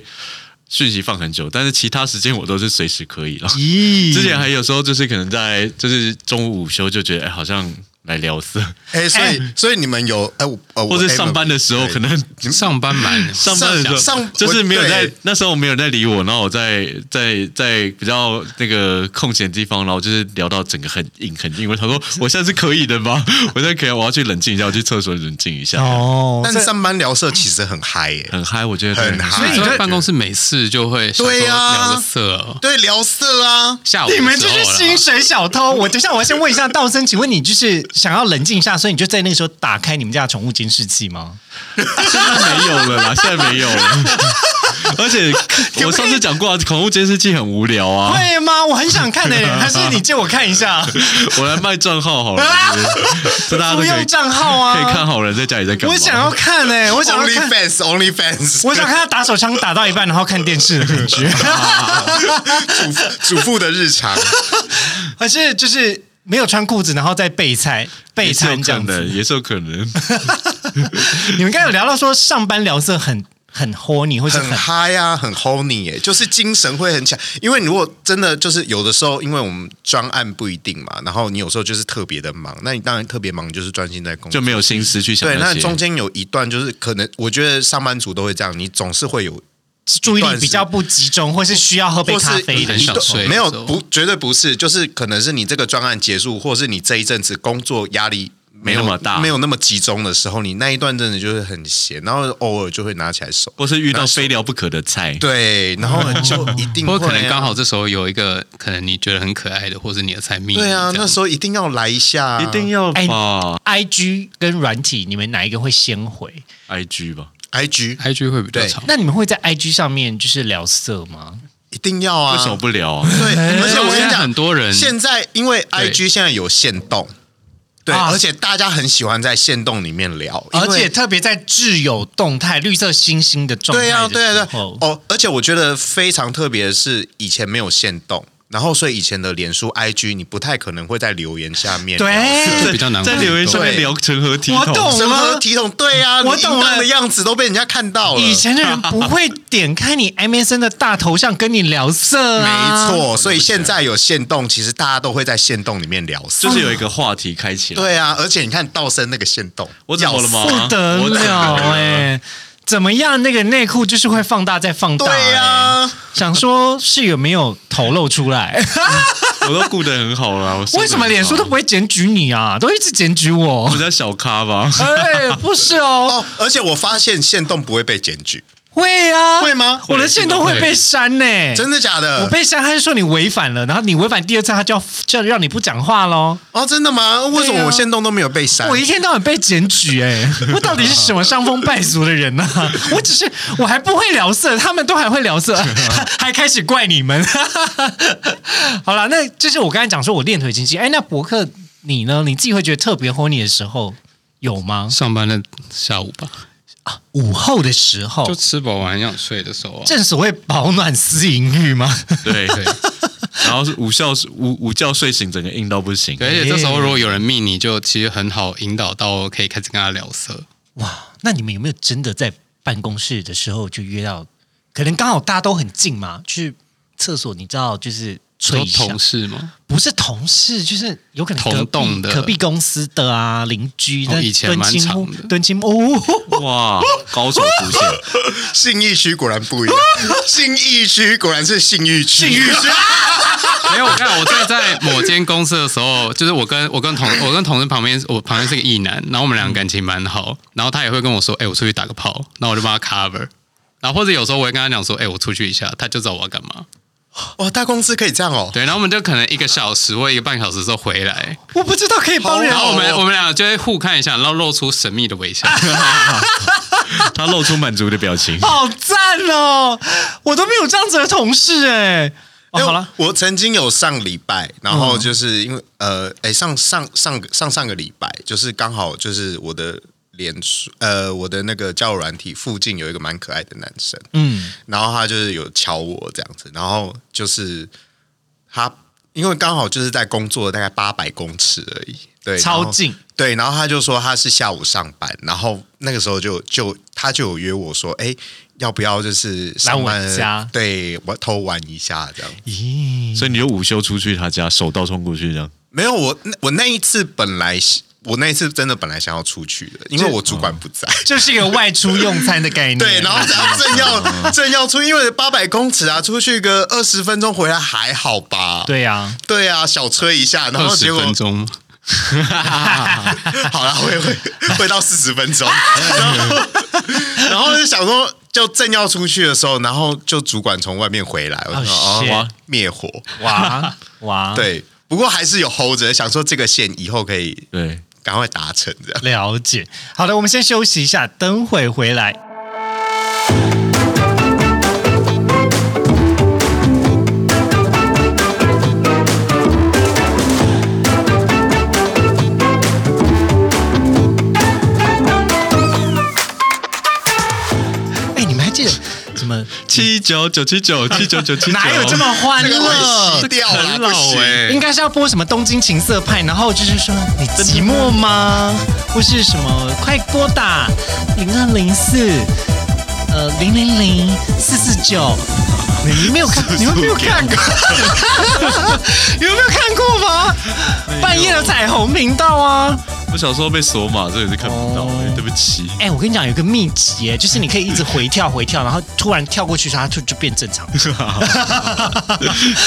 讯息放很久。但是其他时间我都是随时可以了。咦之前还有时候就是可能在就是中午午休就觉得哎好像来聊色，哎，所以所以你们有哎，我呃，或我者上班的时候可能上班蛮上班的时候上上就是没有我在对那时候没有在理我，然后我在在在比较那个空闲地方，然后就是聊到整个很硬很硬。我 想说我现在是可以的吗？ 我现在可以，我要去冷静一下，我去厕所冷静一下。哦，但这是上班聊色其实很嗨耶，嗯很嗨，我觉得很嗨所以你所以在办公室没事就会想说对啊聊个色哦，对，聊色啊，下午的你们时就候是啦薪水小偷！我等一下，我要先问一下道森，请问你就是想要冷静一下，所以你就在那个时候打开你们家的宠物监视器吗？现在没有了 啦，现在没有了。而且我上次讲过啊，宠物监视器很无聊啊，会吗？我很想看 的人，还是你借我看一下？我来卖账号 好了，这大家都不可用以账号可以看啊，好人在家里在干嘛。我想要看 哎、我想要 Only 看。 fans, Only fans，我想看他打手枪打到一半，然后看电视的感 觉，啊主妇主妇的日常，还是就是没有穿裤子，然后再备菜备也是有餐这可样能，子。也是有可能。你们刚才有聊到说上班聊色很很 horny，或是很很嗨啊，很 honey 耶，就是精神会很强。因为你如果真的就是有的时候，因为我们专案不一定嘛，然后你有时候就是特别的忙，那你当然特别忙，你就是专心在工就作。没有心思去想对，那些。中间有一段就是可能，我觉得上班族都会这样，你总是会有注意力比较不集中，或是需要喝杯或是咖啡一的很一时想候段睡的没有时候不绝对不是，就是可能是你这个专案结束，或是你这一阵子工作压力没有没那么大没有那么集中的时候，你那一段阵子就是很闲，然后偶尔就会拿起来手，或是遇到非聊不可的菜，对，然后就一 定会、或啊，可能刚好这时候有一个可能你觉得很可爱的，或是你的菜蜜，对啊，那时候候一定要来一下、啊一定要哎吧 IG 跟软体，你们哪一个会先回？ ，IG 吧， IG IG 会比较对长。那你们会在 IG 上面就是聊色吗？一定要啊，为什么不聊啊？对，哎而且我跟现你在讲，很多人现在因为 IG 现在有限动。对，啊而且大家很喜欢在限动里面聊，因为而且特别在挚友动态绿色星星的状态对呀、的对呀、时对、候哦，而且我觉得非常特别的是，以前没有限动，然后所以以前的脸书、IG，你不太可能会在留言下面对啊这比较难在管留言上面对聊成何体我统懂？什么体统？对呀、我你懂淫荡了的样子都被人家看到了。以前的人不会点开你 MSN 的大头像跟你聊色啊，没。错，所以现在有限动，其实大家都会在限动里面聊色。就是有一个话题开启了，对啊，而且你看道生那个限动，我怎么了吗？不得我怎么了哎、了怎么样？那个内裤就是会放大再放大、对呀、啊哎想说是有没有头露出来？ 我哦都顾得很好了。我收得为什么很好脸书都不会检举你啊？都一直检举我我？在小咖吧？哎，不是哦，哦，而且我发现限动不会被检举，会啊，会吗我的线都会被删呢、真的假的？我被删，他就说你违反了，然后你违反第二次，他就要就要让你不讲话喽。哦，真的吗？为什么我限动都没有被删？我一天到晚被检举、哎，我到底是什么伤风败俗的人呢、啊 我只是我还不会聊色，他们都还会聊色， 还还开始怪你们。 好了，那就是我刚才讲说我练腿经济。哎，那博客你呢？你自己会觉得特别 horny 的时候有吗？上班的下午吧，午后的时候就，吃饱完想睡的时候啊，正所谓保暖思淫欲吗？ 对。然后是午觉午午觉睡醒，整个硬到不行。对，而且这时候如果有人密你，就其实很好引导到可以开始跟他聊色。哇，那你们有没有真的在办公室的时候就约到？可能刚好大家都很近嘛，去厕所，你知道，就是吹说一下同，事吗？不是同事，就是有可能同隔壁栋的隔壁公司的啊，邻居。哦那以前敦蛮亲长屋的敦亲哦屋，哇，高手出现，信义区果然不一 样，信义区果然是信义区，信义区没有，我看我真的在某间公司的时候，就是我跟我跟同我跟同事旁边，我旁边是个异男，然后我们俩感情蛮好，然后他也会跟我说，哎、我出去打个炮，那我就帮他 cover。然后或者有时候我会跟他讲说，哎、我出去一下，他就知道我要干嘛。 哇，大公司可以这样哦，对，然后我们就可能一个小时或一个半小时之后回来，我不知道可以帮人然后我们哦我们俩就会互看一下，然后露出神秘的微笑。他露出满足的表情。好赞哦！我都没有这样子的同事哎、哦，哎好了，，我曾经有上礼拜，然后就是因为、嗯呃，哎，上上上上上个礼拜，就是刚好就是我的脸书呃，我的那个交友软体附近有一个蛮可爱的男生，嗯，然后他就是有瞧我这样子，然后就是他因为刚好就是在工作大概八百公尺而已，对，然后超近，对，然后他就说他是下午上班，然后那个时候就就他就有约我说，哎，要不要就是上班来我家对我偷玩一下这样。咦，所以你就午休出去他家，手刀冲过去这样。没有，我那我那一次本来是我那一次真的本来想要出去的，因为我主管不在。就是一个外出用餐的 概念。 对，然后正要正要出，因为八百公尺啊，出去个二十分钟回来还好吧？对呀、对啊，小吹一下，然二后结十果分钟，好了，会会会到四十分钟，然后然后就想说，就正要出去的时候，然后就主管从外面回来，我就说 Oh, 哦 shit 哇灭火，哇哇，， 对，不过还是有 hold 着，想说这个线以后可以对，赶快达成这样。了解。好的，我们先休息一下，等会回来。哎，你们还记得什么？七九九七九七九九七九，哪有这么欢这个会乐洗？哎掉了，很老不行哎、应该是要播什么东京情色派，然后就是说你寂寞吗？或是什么快拨打零二零四呃零零零四四九。你没有看，你们没有看过，你们没有看过吗？半夜的彩虹频道啊！我小时候被锁码，这也是看不到、哦哎对不起。哎、我跟你讲，有一个秘籍，哎，就是你可以一直回跳回跳，然后突然跳过去，它就就变正常。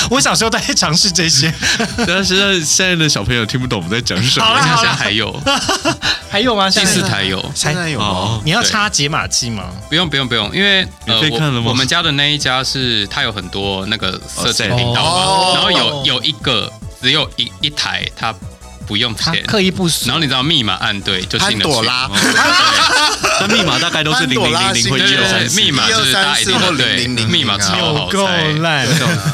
我小时候都在尝试这些。但是现在现在的小朋友听不懂我们在讲什好么啦。现在还有还有吗？第四下一个台 有，现在有吗？你要哦对插解码器吗？不用不用不用，因为呃免费看了吗哦我我们家的那一家是它有很多那个色情频道嘛，哦然后有有一个只有一一台它不用他钱，刻意不锁然后你知道密码按对就潘进得去朵。 拉，那密码大哦概都是潘零朵零拉零零或对一对二三对，四密码就是大家一定12345对零零啊零密码超有好够猜。烂。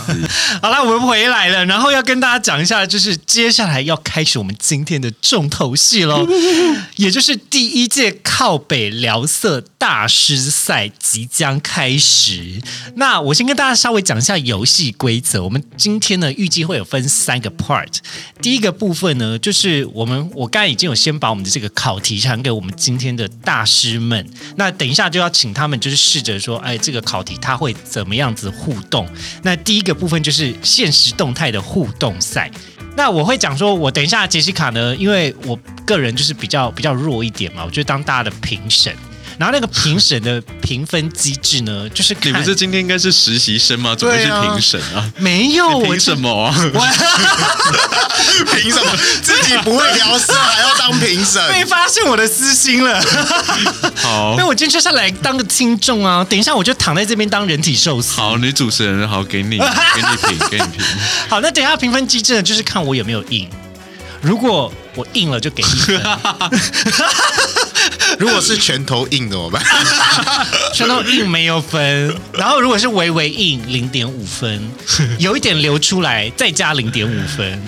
好了，我们回来了，然后要跟大家讲一下，就是接下来要开始我们今天的重头戏喽， 也就是第一届靠北聊色大师赛即将开始。那我先跟大家稍微讲一下游戏规则。我们今天呢，预计会有分三个 part。第一个部分呢，就是我们我刚才已经有先把我们的这个考题传给我们今天的大师们，那等一下就要请他们就是试着说，哎，这个考题它会怎么样子互动？那第一个部分就是现实动态的互动赛。那我会讲说，我等一下杰西卡呢，因为我个人就是比较比较弱一点嘛，我就当大家的评审。然后那个评审的评分机制呢，就是看你不是今天应该是实习生吗？怎么会是对啊评审啊？没有我你凭什么啊？凭什么自己不会聊事还要当评审？被发现我的 私心了。好那我今天就是来当个听众啊，等一下我就躺在这边当人体寿司。好，女主持人好，给你给你评给你评。好，那等一下评分机制呢，就是看我有没有赢。如果我硬了，就给一 分；如果是拳头硬怎么办？全都硬没有分。然后如果是微微硬，零点五 分，有一点流出来，再加零点五分，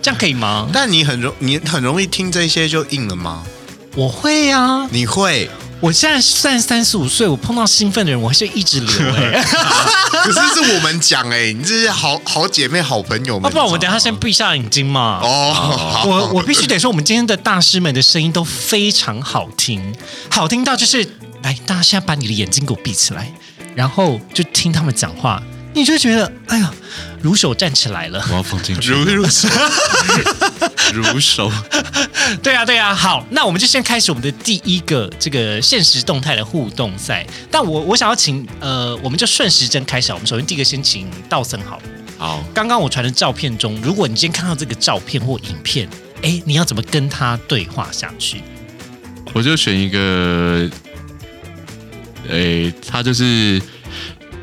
这样可以吗？但你很容你很容易听这些就硬了吗？我会啊，你会？我现在算三十五岁，我碰到兴奋的人，我还是一直流、 欸。可是是我们讲哎、你这些好好姐妹、好朋友要、啊们。不然我等一下先闭上眼睛嘛。哦，好 我我必须得说，我们今天的大师们的声音都非常好听，好听到就是来，大家现在把你的眼睛给我闭起来，然后就听他们讲话，你就觉得哎呀，如手站起来 了。我要放进去，如如是如手。对啊，对啊。好，那我们就先开始我们的第一个这个现实动态的互动赛。但我我想要请呃，我们就顺时针开始啊。我们首先第一个先请道森好了。好，刚刚我传的照片中，如果你今天看到这个照片或影片，哎，你要怎么跟他对话下去？我就选一个，诶、他就是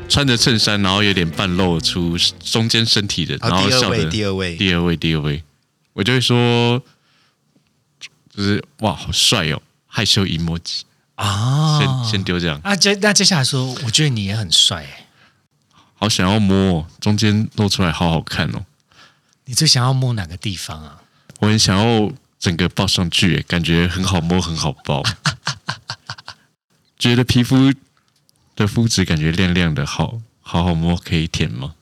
穿着衬衫，然后有点半露出中间身体的，然好，后第二笑位，的。啊第二位，第二位，第二位，我就会说，就是哇，好帅哦，害羞 emoji。啊先先丢这样。啊，接那接下来说，我觉得你也很帅欸，好想要摸、哦，中间露出来好好看哦，你最想要摸哪个地方啊？我很想要整个抱上去耶，感觉很好摸，很好抱， 觉得皮肤的肤质感觉亮亮的，好好好摸，可以舔吗？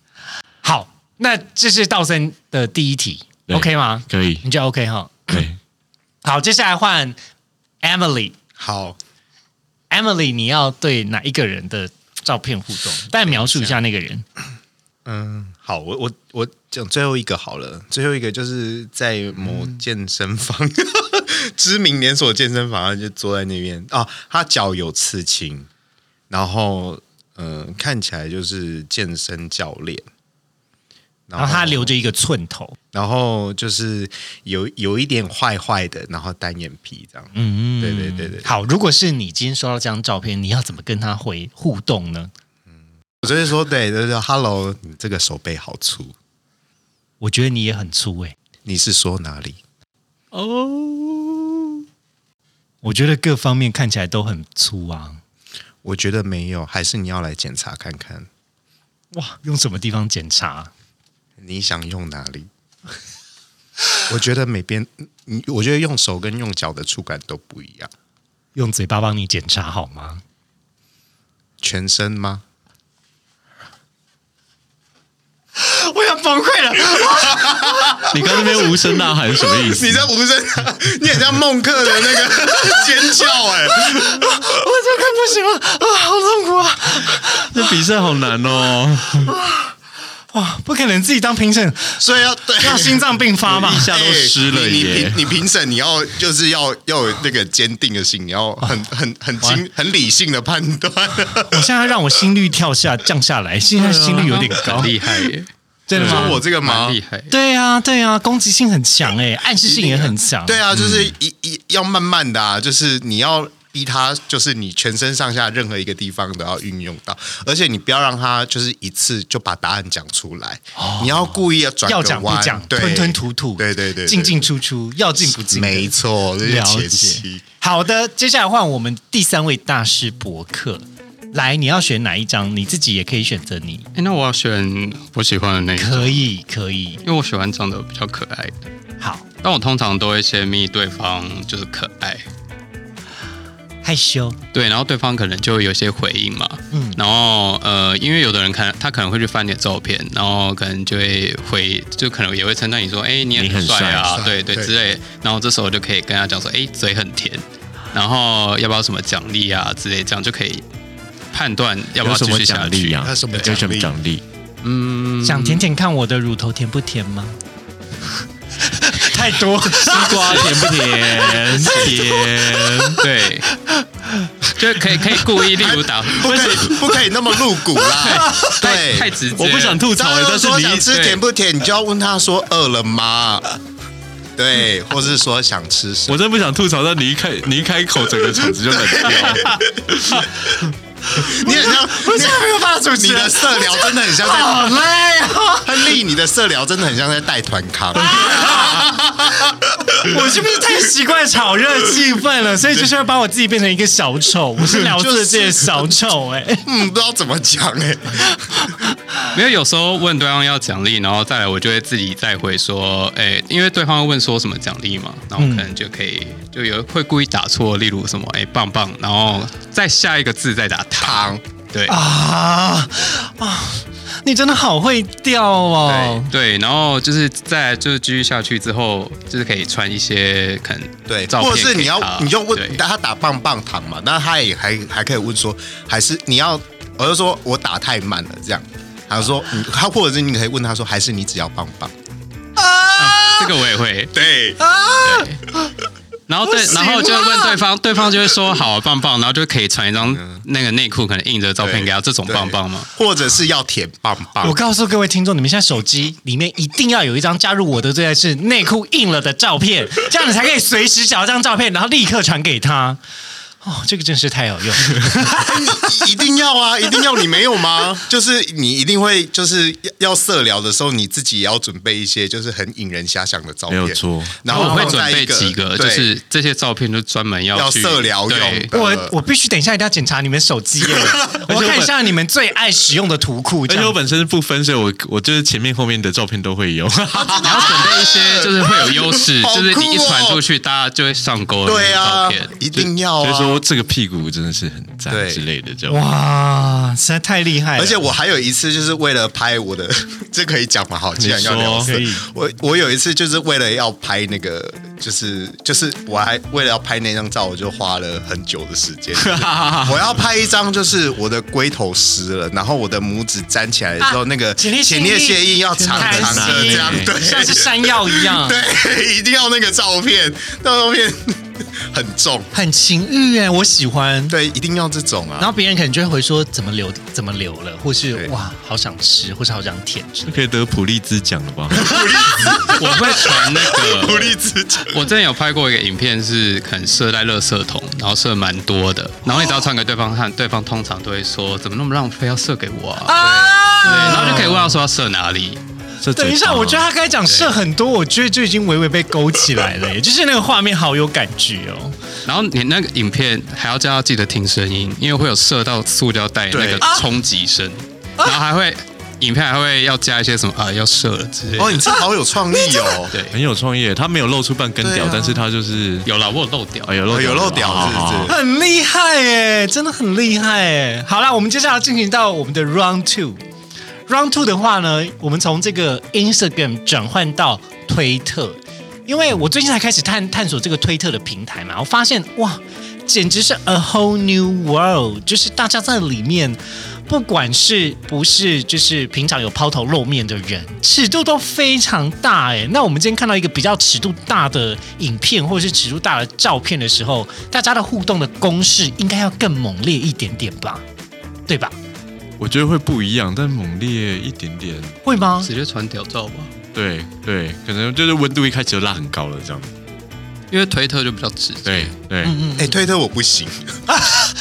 好，那这是道森的第一题对，OK 吗？可以，你觉得 OK 哈？对，好，接下来换 Emily。好， Emily，你要对哪一个人的照片互动？但描述一下那个人。嗯，好，我我我讲最后一个好了，最后一个就是在某健身房， 知名连锁健身房，他就坐在那边啊，他脚有刺青，然后嗯、呃看起来就是健身教练，然然后他留着一个寸头，然后就是有有一点坏坏的，然后单眼皮这样，嗯，对对对对好，如果是你今天收到这张照片，你要怎么跟他回互动呢？我就会说对，就是 Hello，你这个手背好粗，我觉得你也很粗诶、你是说哪里？哦，我觉得各方面看起来都很粗啊。我觉得没有，还是你要来检查看看，哇，用什么地方检查？你想用哪里？ 我觉得每边，嗯我觉得用手跟用脚的触感都不一样，用嘴巴帮你检查好吗？全身 吗？我要崩溃了！你刚那边无声呐喊是什么意思？ 你在无声，啊你很像孟克的 那个尖叫哎、我这快不行了啊，好痛苦啊！这比赛好难哦，哇，不可能自己当评审，所以要对要心脏病发吧一？下都湿了哎你你耶评！你评审，你要就是要要有那个坚定的心，你要很很很清很理性的判断。我现在让我心率跳下降下来，现在心率有点高很，厉害耶，真的吗？说我这个吗蛮？厉害。对啊，对啊，攻击性很强哎、暗示性也很强。对啊，就是一一要慢慢的啊，就是你要逼他，就是你全身上下任何一个地方都要运用到，而且你不要让他就是一次就把答案讲出来，你要故意要转哦要个讲不弯讲，对吞吞吐吐，对对对，对进进出出，要进不进，没。错，这是了前解期。。好的，接下来换我们第三位大师伯克。来，你要选哪一张？你自己也可以选择你，哎，那我要选我喜欢的那一种，可以，可以。因为我喜欢长得比较可爱的。好，但我通常都会先密对方就是可爱，害羞，对，然后对方可能就会有一些回应嘛，嗯嗯，然后呃，因为有的人可能他可能会去翻你的照片，然后可能就会回，就可能也会称赞你说，哎，你也你很很帅啊，帅对对对之类，然后这时候就可以跟他讲说，哎，嘴很甜，然后要不要什么奖励啊之类，这样就可以判断要不 有要什继么续下奖励去。呀？他什么有什么奖奖励？嗯，想舔舔看我的乳头甜不甜吗？ 太 多，西瓜甜不甜？甜。 对，就可以可以故意，例如打，不可 以不可以那么露骨啦，太对，太直接， 我不想吐槽大了，家但都是说你想吃甜不甜，你就要问他说饿了吗？对，或是说想吃什么？我真不想吐槽，但你一开你一开口，整个场子就冷掉。你很像，不是没有办法主持你的色聊真的很像在，好累哦！亨利，你的色聊真的很像在带团康。我是不是太习惯炒热气氛了？所以就是要把我自己变成一个小丑，我是聊世界小丑哎、嗯，不知道怎么讲哎、 没有，有时候问对方要奖励，然后再来我就会自己再回说，哎、因为对方会问说什么奖励嘛，然后可能就可以、就有会故意打错，例如什么哎、棒棒，然后再下一个字再打糖，对、 啊啊！你真的好会钓哦！对，然后就是再来就是继续下去之后，就是可以传一些可能对，照或片者给他，是你要，你就问啊对他打棒棒糖嘛，那他也还还可以问说，还是你要，我就说我打太慢了这样，他啊说你他或者是你可以问他说，还是你只要棒棒？这个我也会，对，然后对，然后就问对方，对方就会说好、啊、棒棒，然后就可以传一张嗯那个内裤可能印着照片哦给他，这种棒棒吗？或者是要舔棒棒我？告诉各位听众，你们现在手机里面一定要有一张加入我的最爱是内裤印了的照片，这样你才可以随时找到这张照片，然后立刻传给他。哦，这个真是太有用。 一定要啊，一定要，你没有吗？就是你一定会，就是要色聊的时候，你自己也要准备一些，就是很引人遐想的照片，没有错然后我会放准在备一几个，就是这些照片就专门要要去色疗用对的我我必须等一下一定要检查你们手机耶，我要看一下你们最爱使用的图库。而这且我样本身是不分，所以我我就是前面后面的照片都会有。你要准备 一些就是会有优势，好酷哦就是你一传出去，大家就会上钩的对那啊种照 片。，一定要所以啊。说这个屁股真的是很赞对之类的，就哇，实在太厉害了！而且我还有一次，就是为了拍我的， 这可以讲嘛？好，既然要聊色可以，我我有一次就是为了要拍那个，就是就是我还为了要拍那张照，我就花了很久的时 间。就是我要拍一张，就是我的龟头湿了，然后我的拇指粘起来的时候，那个前列腺啊前列腺液液要长弹长的性这样，对， 像是山药一样，对，一定要那个照片，那照片很重，很情欲哎，我喜欢。对，一定要这种然啊。后别人可能就会回说怎么流怎么流了，或是对哇好想吃，或是好想舔之类可以得普利兹奖了吧？我会传那 鼓个。励自己，我之前有拍过一个影片，是可能射在垃圾桶，然后射蛮多的，然后你只要传给对方看，对方通常都会说怎么那么浪费，要射给我哦啊？对，啊然后就可以问他说要射哪里，这等一嘴啊下，巴我觉得他刚才讲射很多，我觉得就已经微微被勾起来了耶，就是那个画面好有感觉哦。然后你那个影片还要叫他记得听声音，因为会有射到塑胶袋那个对啊冲击声，然后还会影片还会要加一些什么啊要射了之类的。哦，你这好有创 意哦。对，很有创意，他没有露出半根屌，对啊但是他就是有啦，我有漏掉啊。有哦露有漏屌好是好不好是？很厉害哎，真的很厉害哎。好啦，我们接下来进行到我们的 round two。round two 的话呢，我们从这个 Instagram 转换到推特，因为我最近才开始探探索这个推特的平台嘛，我发现哇，简直是 a whole new world，就是大家在里面。不管是不是就是平常有抛头露面的人，尺度都非常大哎。那我们今天看到一个比较尺度大的影片或者是尺度大的照片的时候，大家的互动的攻势应该要更猛烈一点点吧？对吧？我觉得会不一样，但猛烈一点点。会吗？直接传屌照吧，对对，可能就是温度一开始就拉很高了这样。因为推特就比较直接。对对，哎、推特我不行，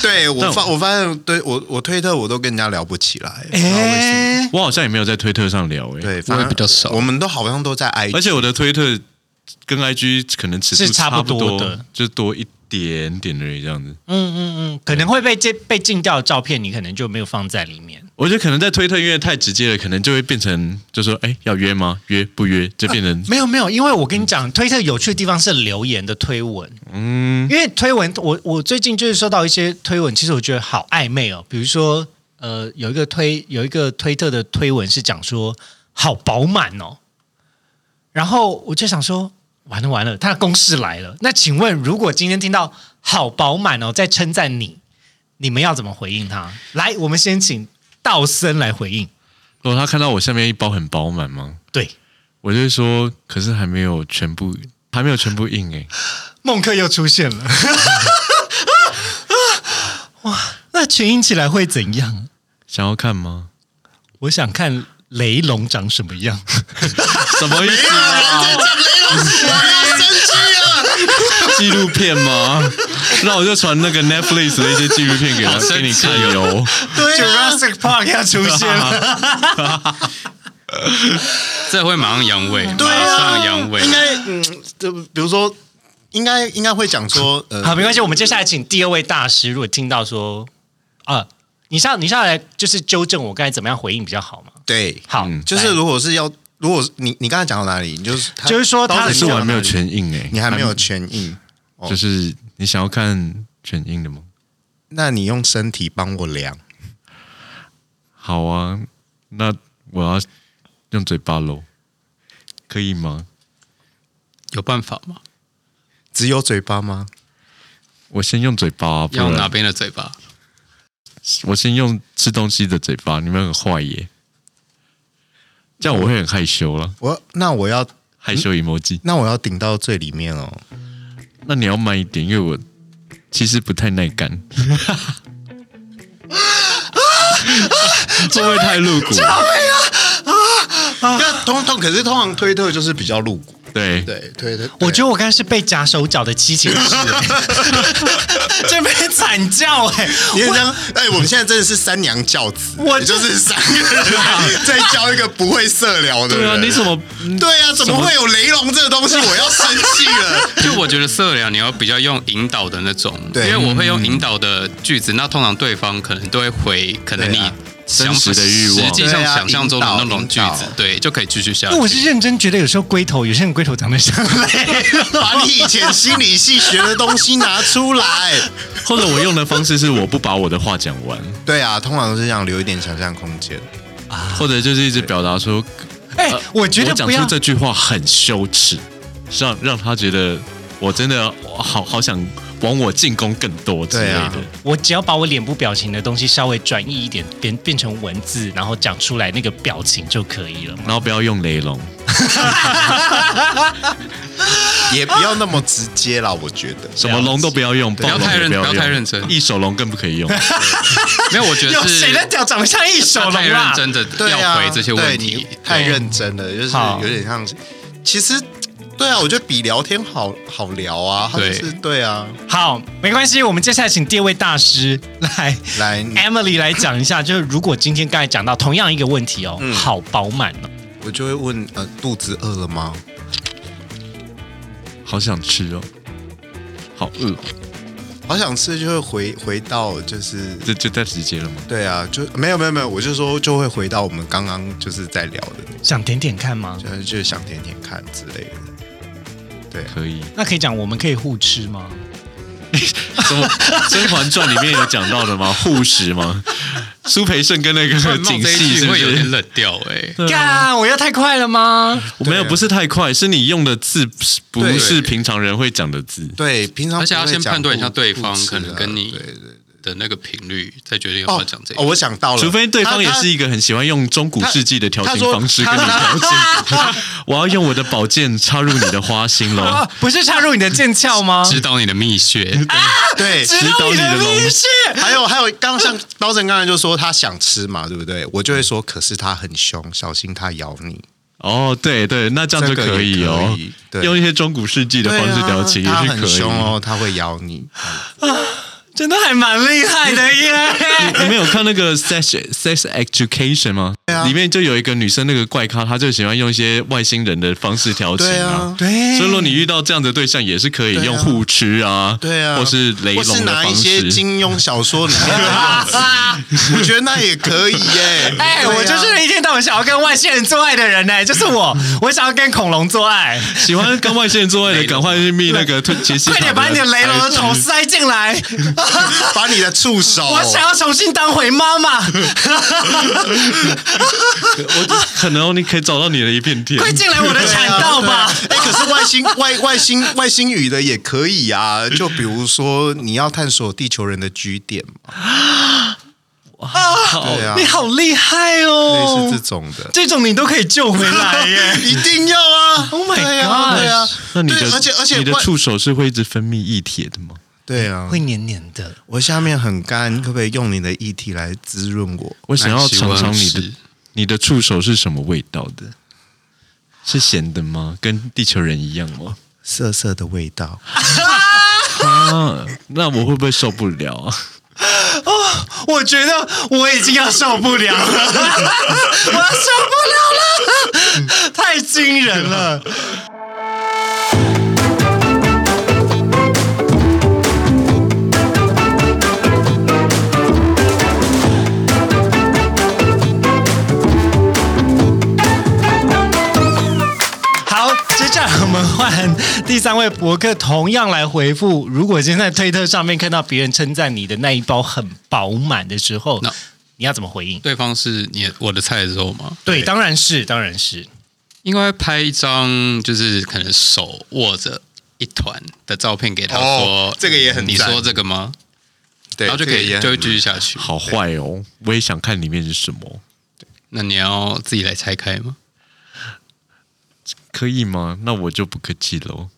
对我但发我发现，对我我推特我都跟人家聊不起来，不知道为什么哎、我好像也没有在推特上聊哎，对，反正比较少我们都好像都在 IG，而且我的推特跟 IG 可能尺是度差不不多多的，就多一点点而已这样子。嗯嗯嗯，可能会被这被禁掉的照片，你可能就没有放在里面。我觉得可能在推特因为太直接了，可能就会变成就说哎要约吗？约不约就变 成没有没有，因为我跟你讲，推特有趣的地方是留言的推文。嗯，因为推文，我我最近就是收到一些推文，其实我觉得好暧昧哦。比如说，呃，有一个推有一个推特的推文是讲说好饱满哦，然后我就想说，完了完了，他的公式来了。那请问，如果今天听到好饱满哦，在称赞你，你们要怎么回应他？来，我们先请道森来回应。如果哦他看到我下面一包很饱满吗？对，我就会说，可是还没有全部，还没有全部硬哎、孟克又出现 了。哇，那群英起来会怎样？想要看吗？我想看雷龙长什么 样。什么意思啊？ 纪录片 吗？那我就传那个 Netflix 的一些纪录片给他好生给你气看哦哟。啊 j u r a s s i c Park 要出现了，这会马上阳痿，啊对马啊，上阳痿。应该嗯，就比如说，应该应该会讲说，呃，好，没关系。我们接下来请第二位大师，如果听到说啊，你下你下来就是纠正我刚才怎么样回应比较好嘛？对，好，就是如果是要，如果是你你刚才讲到哪里，你就是他就是说他可刀子是我还没有你讲到哪全硬哎、里，你还没有哦全硬，还没，就是你想要看全硬的吗？那你用身体帮我量，好啊，那我要用嘴巴喽，可以吗？有办法吗？只有嘴巴吗？我先用嘴巴、啊，不要用哪然边的嘴巴？我先用吃东西的嘴巴，你们很坏耶。这样我会很害羞了，我那我要害羞 emoji。那我要顶到最里面哦。那你要慢一点，因为我其实不太耐干。会不会太露骨？那通通可是通常推特就是比较露骨，对，对对对，我觉得我刚才是被夹手脚的七情 师，这边惨叫哎、你这样，哎，我们现在真的是三娘教子，我你就是三个人在教一个不会射疗的对啊，人。你怎么？嗯对啊，怎么会有雷龙这个东西？我要生气了。就我觉得色疗你要比较用引导的那种，对因为我会用引导的句子，那通常对方可能都会回，可能对你啊想真实的欲望实际上对啊想象中的那种引句导子啊引导，对，就可以继续下因为我去。是认真觉得有时候龟头，有些人龟头长得像雷龙把你以前心理系学的东西拿出来。或者我用的方式是我不把我的话讲完， 对啊，通常是这样，留一点想象空间。或者就是一直表达说，哎、呃我觉得我讲不出要这句话很羞耻，让让他觉得我真的好好想往我进攻更多之类对的。啊我只要把我脸部表情的东西稍微转移一点，变变成文字，然后讲出来那个表情就可以了嘛。然后不要用雷龙，也不要那么直接啦，我觉得。什么龙都不要用，不暴要龙太也认，不不要用太认真。一手龙更不可以用。没有，我觉有得谁是的屌长得像一手他龙太啦认？真的对要啊，回这些问对你题，太认真了，就是好有点像。其实，对啊，我觉得比聊天好好聊啊。对就是对啊，好，没关系，我们接下来请第二位大师来来， Emily 来讲一下，就是如果今天刚才讲到同样一个问题哦，嗯好饱满哦，我就会问，呃，肚子饿了吗？好想吃哦，好饿，好想吃，就会回回到就是这就太直接了吗？对啊，就没有没有没有，我就说就会回到我们刚刚就是在聊的，想点点看吗？就是就是想舔舔看之类的。对，可以，那可以讲我们可以互吃吗？什 么《甄嬛传》里面有讲到的吗？护食吗？苏培盛跟那个突然冒景这一系句是不会有点是？冷掉哎。对啊干，我要太快了吗？没有，不是太快，是你用的字不对是平常人会讲的字。对，平常而且要不会先讲判断一下肚对肚方子可能啊跟你对对的那个频率，再决定要不要哦讲这个。哦，我想到了，除非对方也他他是一个很喜欢用中古世纪的调他情说方式跟你调情， 我要用我的宝剑插入你的花心 喽啊，，不是插入你的剑鞘吗？指导你的蜜 穴，对，导指导的你的龙密室。 还有还有，刚像刀神刚才就说他想吃嘛，对不对？我就会说，可是他很凶，小心他咬你。哦，对对，那这样就这个也可以哦可以，对用一些中古世纪的对方式调啊，情他也是很可以。凶哦，他会咬你。真的还蛮厉害的耶！你们有看那个 sex sex education 吗？对啊里面就有一个女生，那个怪咖，她就喜欢用一些外星人的方式调情对啊，。对所以说你遇到这样的对象，也是可以对啊用互吃啊，对啊，或是雷或是龙的拿方一些式。金庸小说里面的样子，我觉得那也可以耶。哎、对啊我就是一天到晚想要跟外星人做爱的人呢、就是我，我想要跟恐龙做爱，喜欢跟外星人做爱的，赶快去密那个推杰西卡。快点把你的雷龙的头塞进来，啊把你的触手，我想要重新当回妈妈，我可能哦你可以找到你的一片天。快进来我的对啊产道吧。对啊哎，可是外星外外星外星语的也可以啊，就比如说你要探索地球人的据点嘛，好对啊啊你，好厉害类哦似这！种的。这种你都可以救回来耶！ 一定要啊 Oh my 对啊 gosh 对啊，那你对的而且而且你的外触手是会一直分泌液体的吗？对啊，黏黏的，我下面很干，可不可以用你的液体来滋润我？我想要尝尝你那希望的是你的触手是什么味道的？是咸的吗？跟地球人一样吗？涩涩的味 道，啊，那我会不会受不了啊？我觉得我已经要受不了 了，我要受不了了，太惊人了。好，接下来我们换第三位博客，同样来回复。如果今天在推特上面看到别人称赞你的那一包很饱满的时候那，你要怎么回应？对方是你我的菜的时候吗？对，当然是，当然是。应该会拍一张就是可能手握着一团的照片给他哦说，这个也很你赞说这个吗？对然后就可啊以就会继续下去。好坏哦，我也想看里面是什么，那你要自己来拆开吗？可以吗？那我就不客气喽。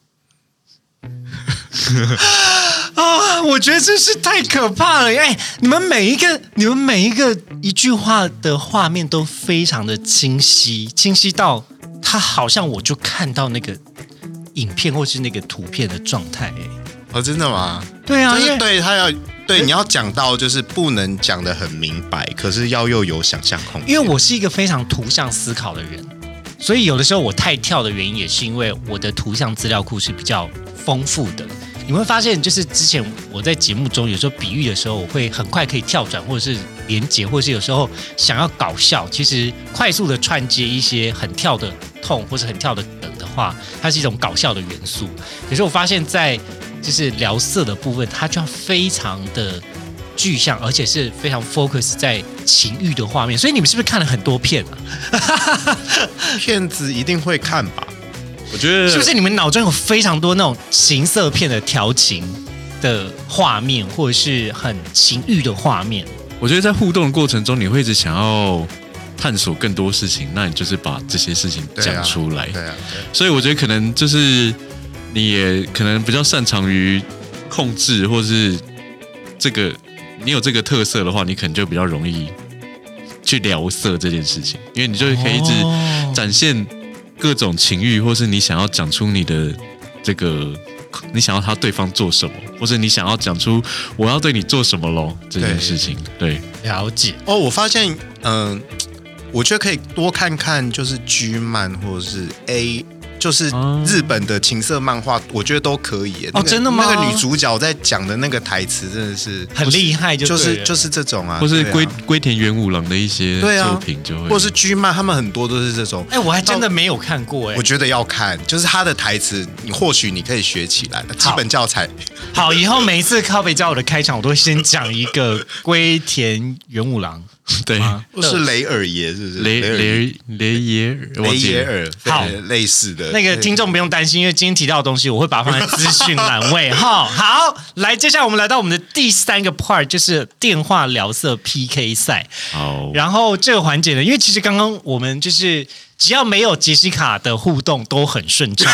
啊，我觉得真是太可怕了！哎，你们每一个、你们每一个一句话的画面都非常的清晰，清晰到它好像我就看到那个影片或是那个图片的状态、哎，哦，真的吗？对啊，就因是为对他要对你要讲到，就是不能讲的很明白，可是要又有想象空间。因为我是一个非常图像思考的人，所以有的时候我太跳的原因，也是因为我的图像资料库是比较丰富的。你会发现，就是之前我在节目中有时候比喻的时候，我会很快可以跳转，或者是连接，或者是有时候想要搞笑，其实快速的串接一些很跳的痛或是很跳的梗的话，它是一种搞笑的元素。可是我发现，在就是聊色的部分，它就要非常的具象，而且是非常 focus 在情欲的画面。所以你们是不是看了很多片啊？骗子一定会看吧？我觉得是不是你们脑中有非常多那种情色片的调情的画面，或者是很情欲的画面？我觉得在互动的过程中，你会一直想要探索更多事情，那你就是把这些事情对啊讲出来。对啊，对啊所以我觉得可能就是你也可能比较擅长于控制，或是这个你有这个特色的话，你可能就比较容易去聊色这件事情，因为你就可以一直哦展现各种情欲，或是你想要讲出你的这个。你想要他对方做什么，或者你想要讲出我要对你做什么喽这件事情，对，了解，哦，我发现，嗯、我觉得可以多看看，就是 G 漫或者是 A，就是哦日本的情色漫画，我觉得都可以耶。那个真的吗那个女主角在讲的那个台词真的是很厉害就就对是了就是这种啊，或是对啊龟龟田元五郎的一些对啊作品就会，或是 G 漫，他们很多都是这种。哎、我还真的没有看过哎、我觉得要看，就是他的台词，你或许你可以学起来，基本教材。好，以后每一次靠北叫我的开场，我都会先讲一个龟田元五郎对吗？是雷尔爷是不是？雷尔雷雷耶尔，雷忘记耶了尔，好对类似的那个听众不用担心，因为今天提到的东西，我会把它放在资讯栏位 哈。好，来，接下来我们来到我们的第三个 part，就是电话聊色 PK 赛。好，然后这个环节呢，因为其实刚刚我们就是只要没有杰西卡的互动都很顺 畅，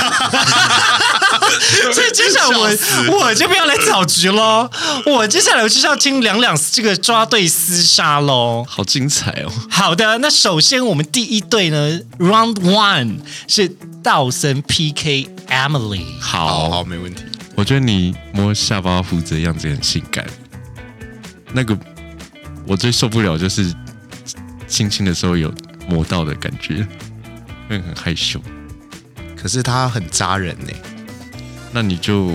所以接下来笑死我我就不要来搅局喽。我接下来就是要听两两这个抓对厮杀喽。好精彩哦！好的，那首先我们第一队呢，Round One 是道森 PK Emily。好好，好没问题。我觉得你摸下巴胡子的样子很性感。那个我最受不了就是亲亲的时候有摸到的感觉，会很害羞。可是他很扎人呢、那你就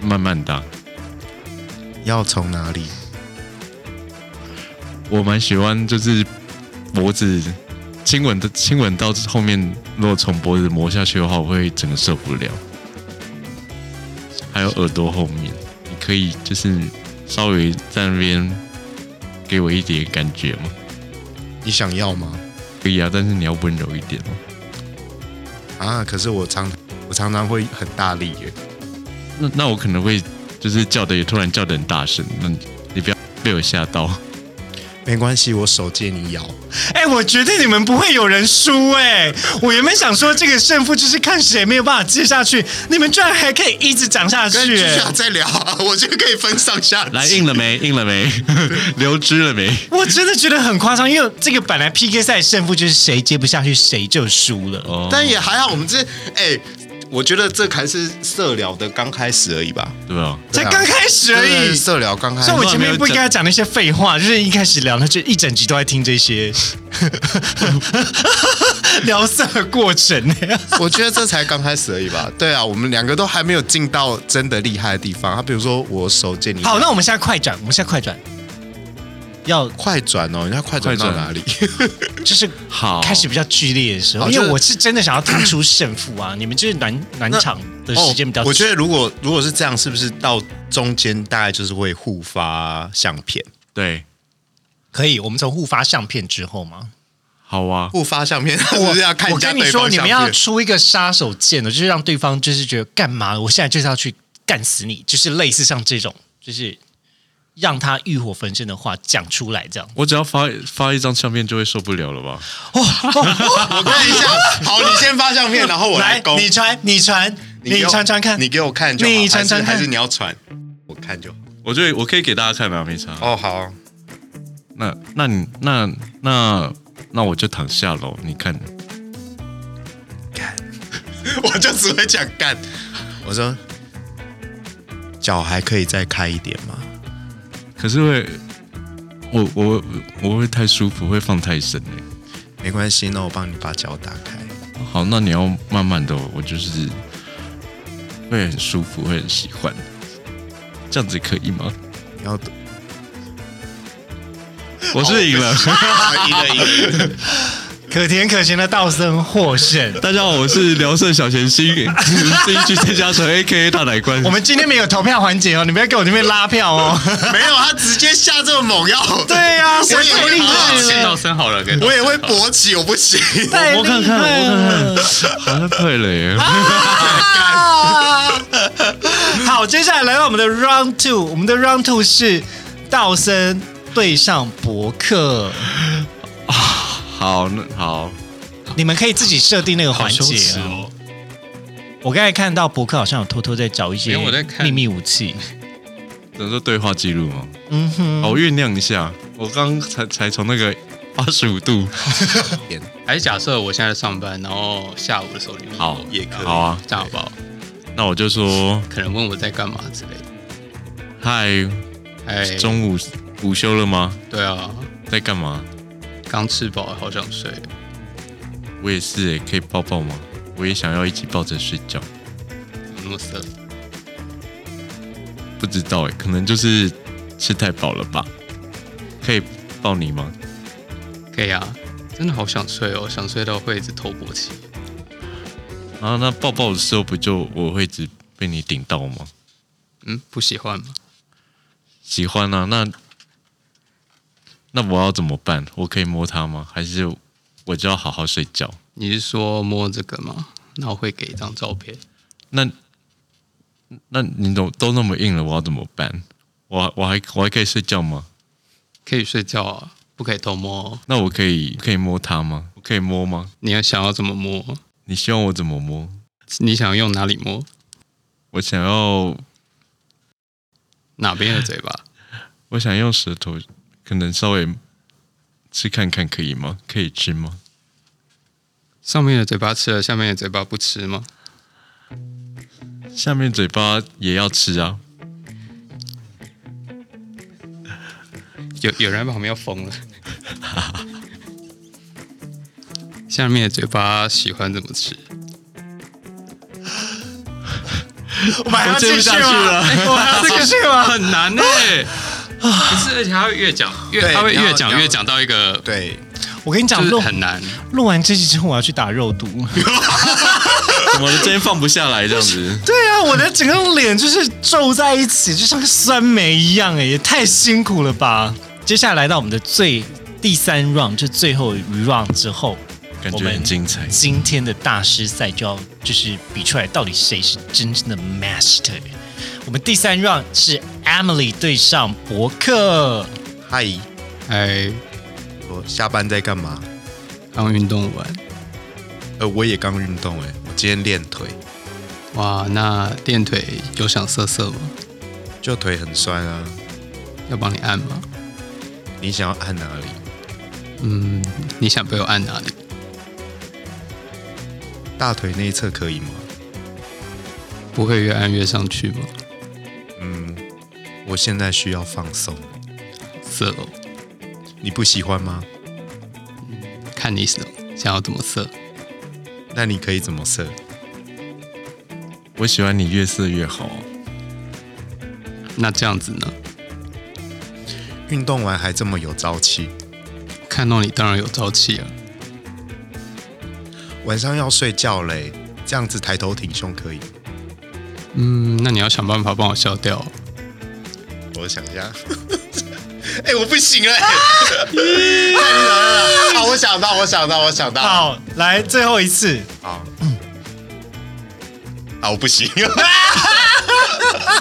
慢慢的啊、要从哪里？我蛮喜欢就是脖子亲吻的亲吻到后面，如果从脖子磨下去的话，我会整个受不了。还有耳朵后面，你可以就是稍微在那边给我一点感觉吗？你想要吗？可以啊，但是你要温柔一点哦。啊，可是我常我常常会很大力耶。那那我可能会就是叫的也突然叫的很大声，那你你不要被我吓到。没关系，我手借你咬。哎、我觉得你们不会有人输哎、我原本想说这个胜负就是看谁没有办法接下去，你们居然还可以一直讲下去、继哎续啊，再聊啊， 我觉得可以分上下集来硬了没？硬了没？ 流汁了没？我真的觉得很夸张，因为这个本来 PK 赛胜负就是谁接不下去谁就输了。哦，但也还好，我们这哎、我觉得这还是色聊的刚开始而已吧，对吧？才刚开始而啊对啊已，所色聊刚开始以。我前面不应该讲那些废话， 就是一开始聊，那就一整集都在听这些 聊色的过程。我觉得这才刚开始而已吧。对啊，我们两个都还没有进到真的厉害的地方。啊他比如说我手借你咬好，那我们现在快转，我们现在快转，要快转哦，人家快转到哪里？就是好，开始比较剧烈的时候，好因为就是我是真的想要听出胜负啊！你们就是暖暖场的时间比较久，哦我觉得如果如果是这样，是不是到中间大概就是会互发相片？对，可以。我们从互发相片之后吗？好啊。互发相片， 是不是要看我一下跟你对说，方你相们要片？出一个杀手锏的，就是让对方就是觉得干嘛？我现在就是要去干死你，就是类似像这种，就是让他欲火焚身的话讲出来，这样。我只要发发一张相片就会受不了了吧？我看一下。 好，你先发相片，然后我来攻。，你传，你传，你给我传传看，你给我看就好，你传传看还是还是你要传？我看就好。我觉得我可以给大家看啊，没差。哦，好，那那你那那那我就躺下喽，你看。我就只会讲干。我说脚还可以再开一点吗？可是会，我我我会太舒服，会放太深哎、没关系，那我帮你把脚打开。好，那你要慢慢的哦，我就是会很舒服，会很喜欢，这样子可以吗？你要我是赢了。 一个一个，可甜可咸的道森获胜。 大家好，我是聊胜小甜心，这一句再加成 A K A 大奶罐。我们今天没有投票环节哦，你不要给我这边拉票 哦。 没有他直接下这么猛药。 对呀、啊，我也太厉害好先了到，身好了，跟 我也会勃起，我 不行。太我厉看看，害我了。看看，好像快了耶！啊！ 好，接下来来到我们的 round two，我们的 round two 是道森对上博客，好，那好，你们可以自己设定那个环好羞节、耻哦。哦。我刚才看到博客好像有偷偷在找一些没有我在看秘密武 器。等说对话记录吗？嗯哼，好，我酝酿一下。我刚才才从那个八十五度，还是假设我现在上班，然后下午的时候你 好，也可以好啊。这样好不好？那我就说，可能问我在干嘛之类的。嗨，哎，中午午休了吗？对啊，在干嘛？刚吃饱，好想睡。我也是欸耶，可以抱抱吗？我也想要一起抱着睡觉。怎么那么色？不知道哎，可能就是吃太饱了吧。可以抱你吗？可以啊，真的好想睡哦，想睡到会一直头勃起。然后啊那抱抱的时候，不就我会一直被你顶到吗？嗯，不喜欢吗？喜欢啊，那那我要怎么办？我可以摸它吗？还是我就要好好睡觉？你是说摸这个吗？那我会给一张照片。那那你都都那么硬了，我要怎么办？我我还我还可以睡觉吗？可以睡觉啊，不可以偷摸、哦。那我可以可以摸它吗？我可以摸吗？你要想要怎么摸？你希望我怎么摸？你想用哪里摸？我想要哪边的嘴 巴？我想用舌头，可能稍微吃看看可以吗？可以吃吗？上面的嘴巴吃了，下面的嘴巴不吃吗？下面嘴巴也要吃啊！有有人在旁边要疯 了。下面的嘴巴喜欢怎么吃？我们还要我接继不续下吗？去了哎我还要继续吗？很难呢、不是，而且他会越讲越，对他会越你要讲你要越讲到一个，对，我跟你就讲，是录很难。录完这期之后，我要去打 肉毒。怎么今天放不下来这样子？对啊，我的整个脸就是皱在一起，就像个酸梅一样，哎，也太辛苦了吧！接下来到我们的最第三 round，就最后一 round 之后，感我觉们很精彩。今天的大师赛就要就是比出来，到底谁是真正的 master。我们第三 round 是 Emily 对上博客，嗨，哎，我下班在干嘛？刚运动完，呃，我也刚运动哎、我今天练腿，哇，那练腿有想色色吗？就腿很酸啊。要帮你按吗？你想要按哪里？嗯，你想被我按哪里？大腿内侧可以吗？不会越按越上去吗？我现在需要放松，色哦，你不喜欢吗？看你想想要怎么色。那你可以怎么射？我喜欢你越色越好。那这样子呢？运动完还这么有朝气，看到你当然有朝气啊。晚上要睡觉嘞，这样子抬头挺胸可以吗？嗯，那你要想办法帮我消掉。我想一下， 哎、我不行了、欸，啊太难了。 好，我想到，我想到，我想到，好，好，来最后一次，好，啊，我不行。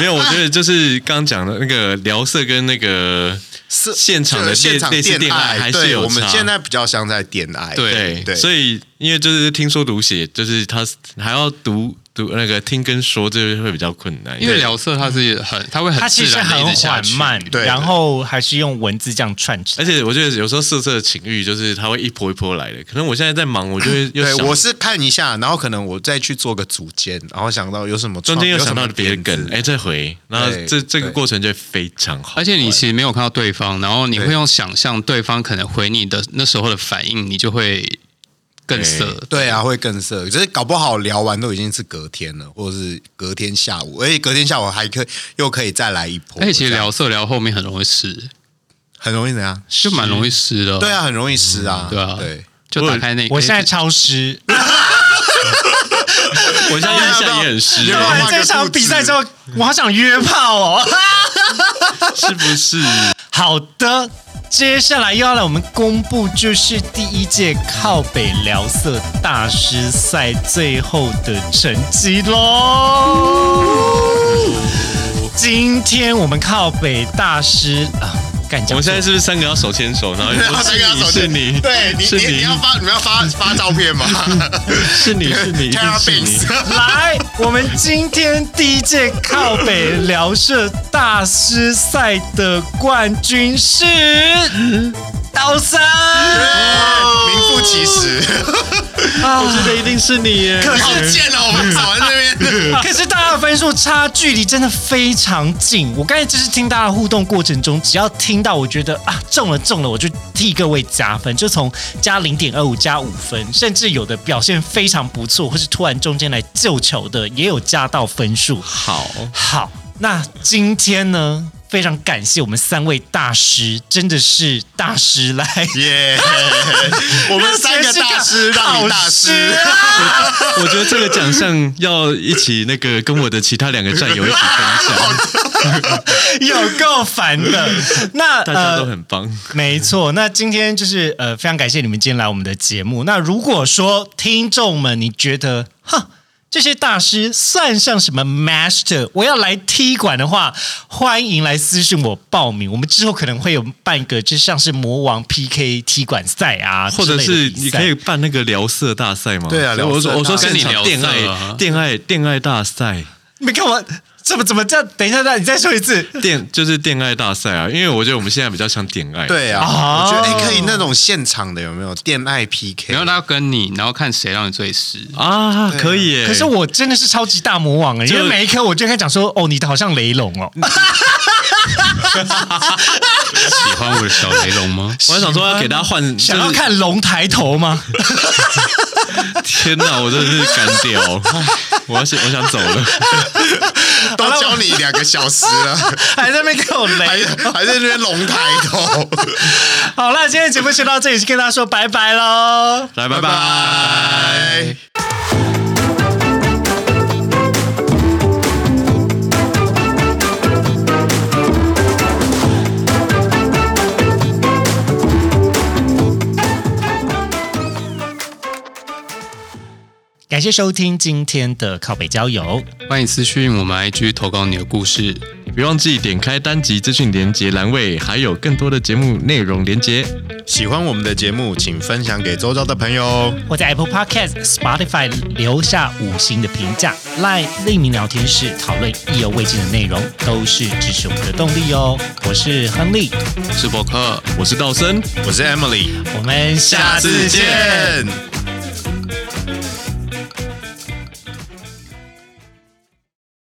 没有，我觉得就是刚讲的那个聊色跟那个是现场的现恋场类似恋恋爱还是对有我们差现在比较像在恋爱，对对，对所以因为就是听说读写，就是他还要读读那个听跟说，这会比较困难。因为聊色它是很，它会很它其自实然地一很直下缓去慢，对然后还是用文字这样串起来。而且我觉得有时候色色的情欲就是它会一波一波来的。可能我现在在忙，我就会 又对，想我是看一下，然后可能我再去做个组间，然后想到有什么创中间又有想什么到别的梗，点子哎，这回，然后对这这个对过程就会非常好。而且你其实没有看到对方，然后你会对用想象对方可能回你的那时候的反应，你就会更色。对啊，会更色。就是搞不好聊完都已经是隔天了，或者是隔天下午，而且隔天下午还可以又可以再来一波。哎而且其实这样聊色聊后面很容易湿，很容易怎样？就蛮容易湿哦的。对，啊，很容易湿嗯啊。对啊对。就打开那，哎我现在超湿，我现在印象也很湿，对看啊完这场比赛之后，我好想约炮哦。是不是？好的，接下来又要来我们公布，就是第一届靠北聊色大师赛最后的成绩喽。今天我们靠北大师啊，干我讲错们现在是不是三个要手牵手，然后然后再 跟他手说机是你，是你，对你是你你你，要发你们要发发照片吗？是 你，是 你，一 t e 定 r 是你。来，我们今天第一届靠北聊社大师赛的冠军是刀三，哦名副其实。 啊 我觉得一定是你耶。 好贱哦，我们少在这边。 可是大家的分数差距离真的非常近。我刚才就是听大家的互动过程中，只要听到我觉得啊中了中了，我就替各位加分，就从加零点二五加五分，甚至有的表现非常不错，或是突然中间来救球的，也有加到分数。好，好，那今天呢，非常感谢我们三位大师，真的是大师来。 耶！我们三个大师让你大师好，啊我觉得这个奖项要一起那个跟我的其他两个战友一起分享， 有够烦的。那大家都呃很棒。没错，那今天就是呃，非常感谢你们今天来我们的节目。那如果说听众们你觉得，哈，这些大师算上什么 master，我要来踢馆的话，欢迎来私信我报名。我们之后可能会有办一个，就像是魔王 PK 踢馆赛啊，或之者类是的比你赛可以办那个聊色大赛吗？对啊所以我说聊色我说大赛现跟场你聊恋色爱啊恋爱恋爱大赛，你看我怎么怎么这样？等一下，那你再说一次。恋就是恋爱大赛啊，因为我觉得我们现在比较像恋爱。，对啊，啊我觉得哎，可以那种现场的有没有恋爱 PK？然后他跟你，然后看谁让你最湿。啊，对啊可以耶。可是我真的是超级大魔王啊、因为就每一刻我就跟他讲说，哦，你好像雷龙哦，喜欢我的小雷龙吗？我还想说要给大家换，就是想要看龙抬头吗？ 天哪，我真的是干掉，唉我要想我想走了。都教你两个小时 了，还在那边给我还雷。还在那边龙抬头。好啦，今天的节目就到这里，跟大家说拜拜喽。来， 拜拜拜。拜。感谢收听今天的靠北郊游，欢迎私讯我们 IG 投稿你的故事。别忘记点开单集资讯连接栏位，还有更多的节目内容连接。喜欢我们的节目，请分享给周遭的朋友哦。或在 Apple Podcast、Spotify 留下五星的评价，Line 匿名聊天室讨论意犹未尽的内容，都是支持我们的动力哦。我是亨利，我是博客。我是道森，我是 Emily，我们下下次次见。见。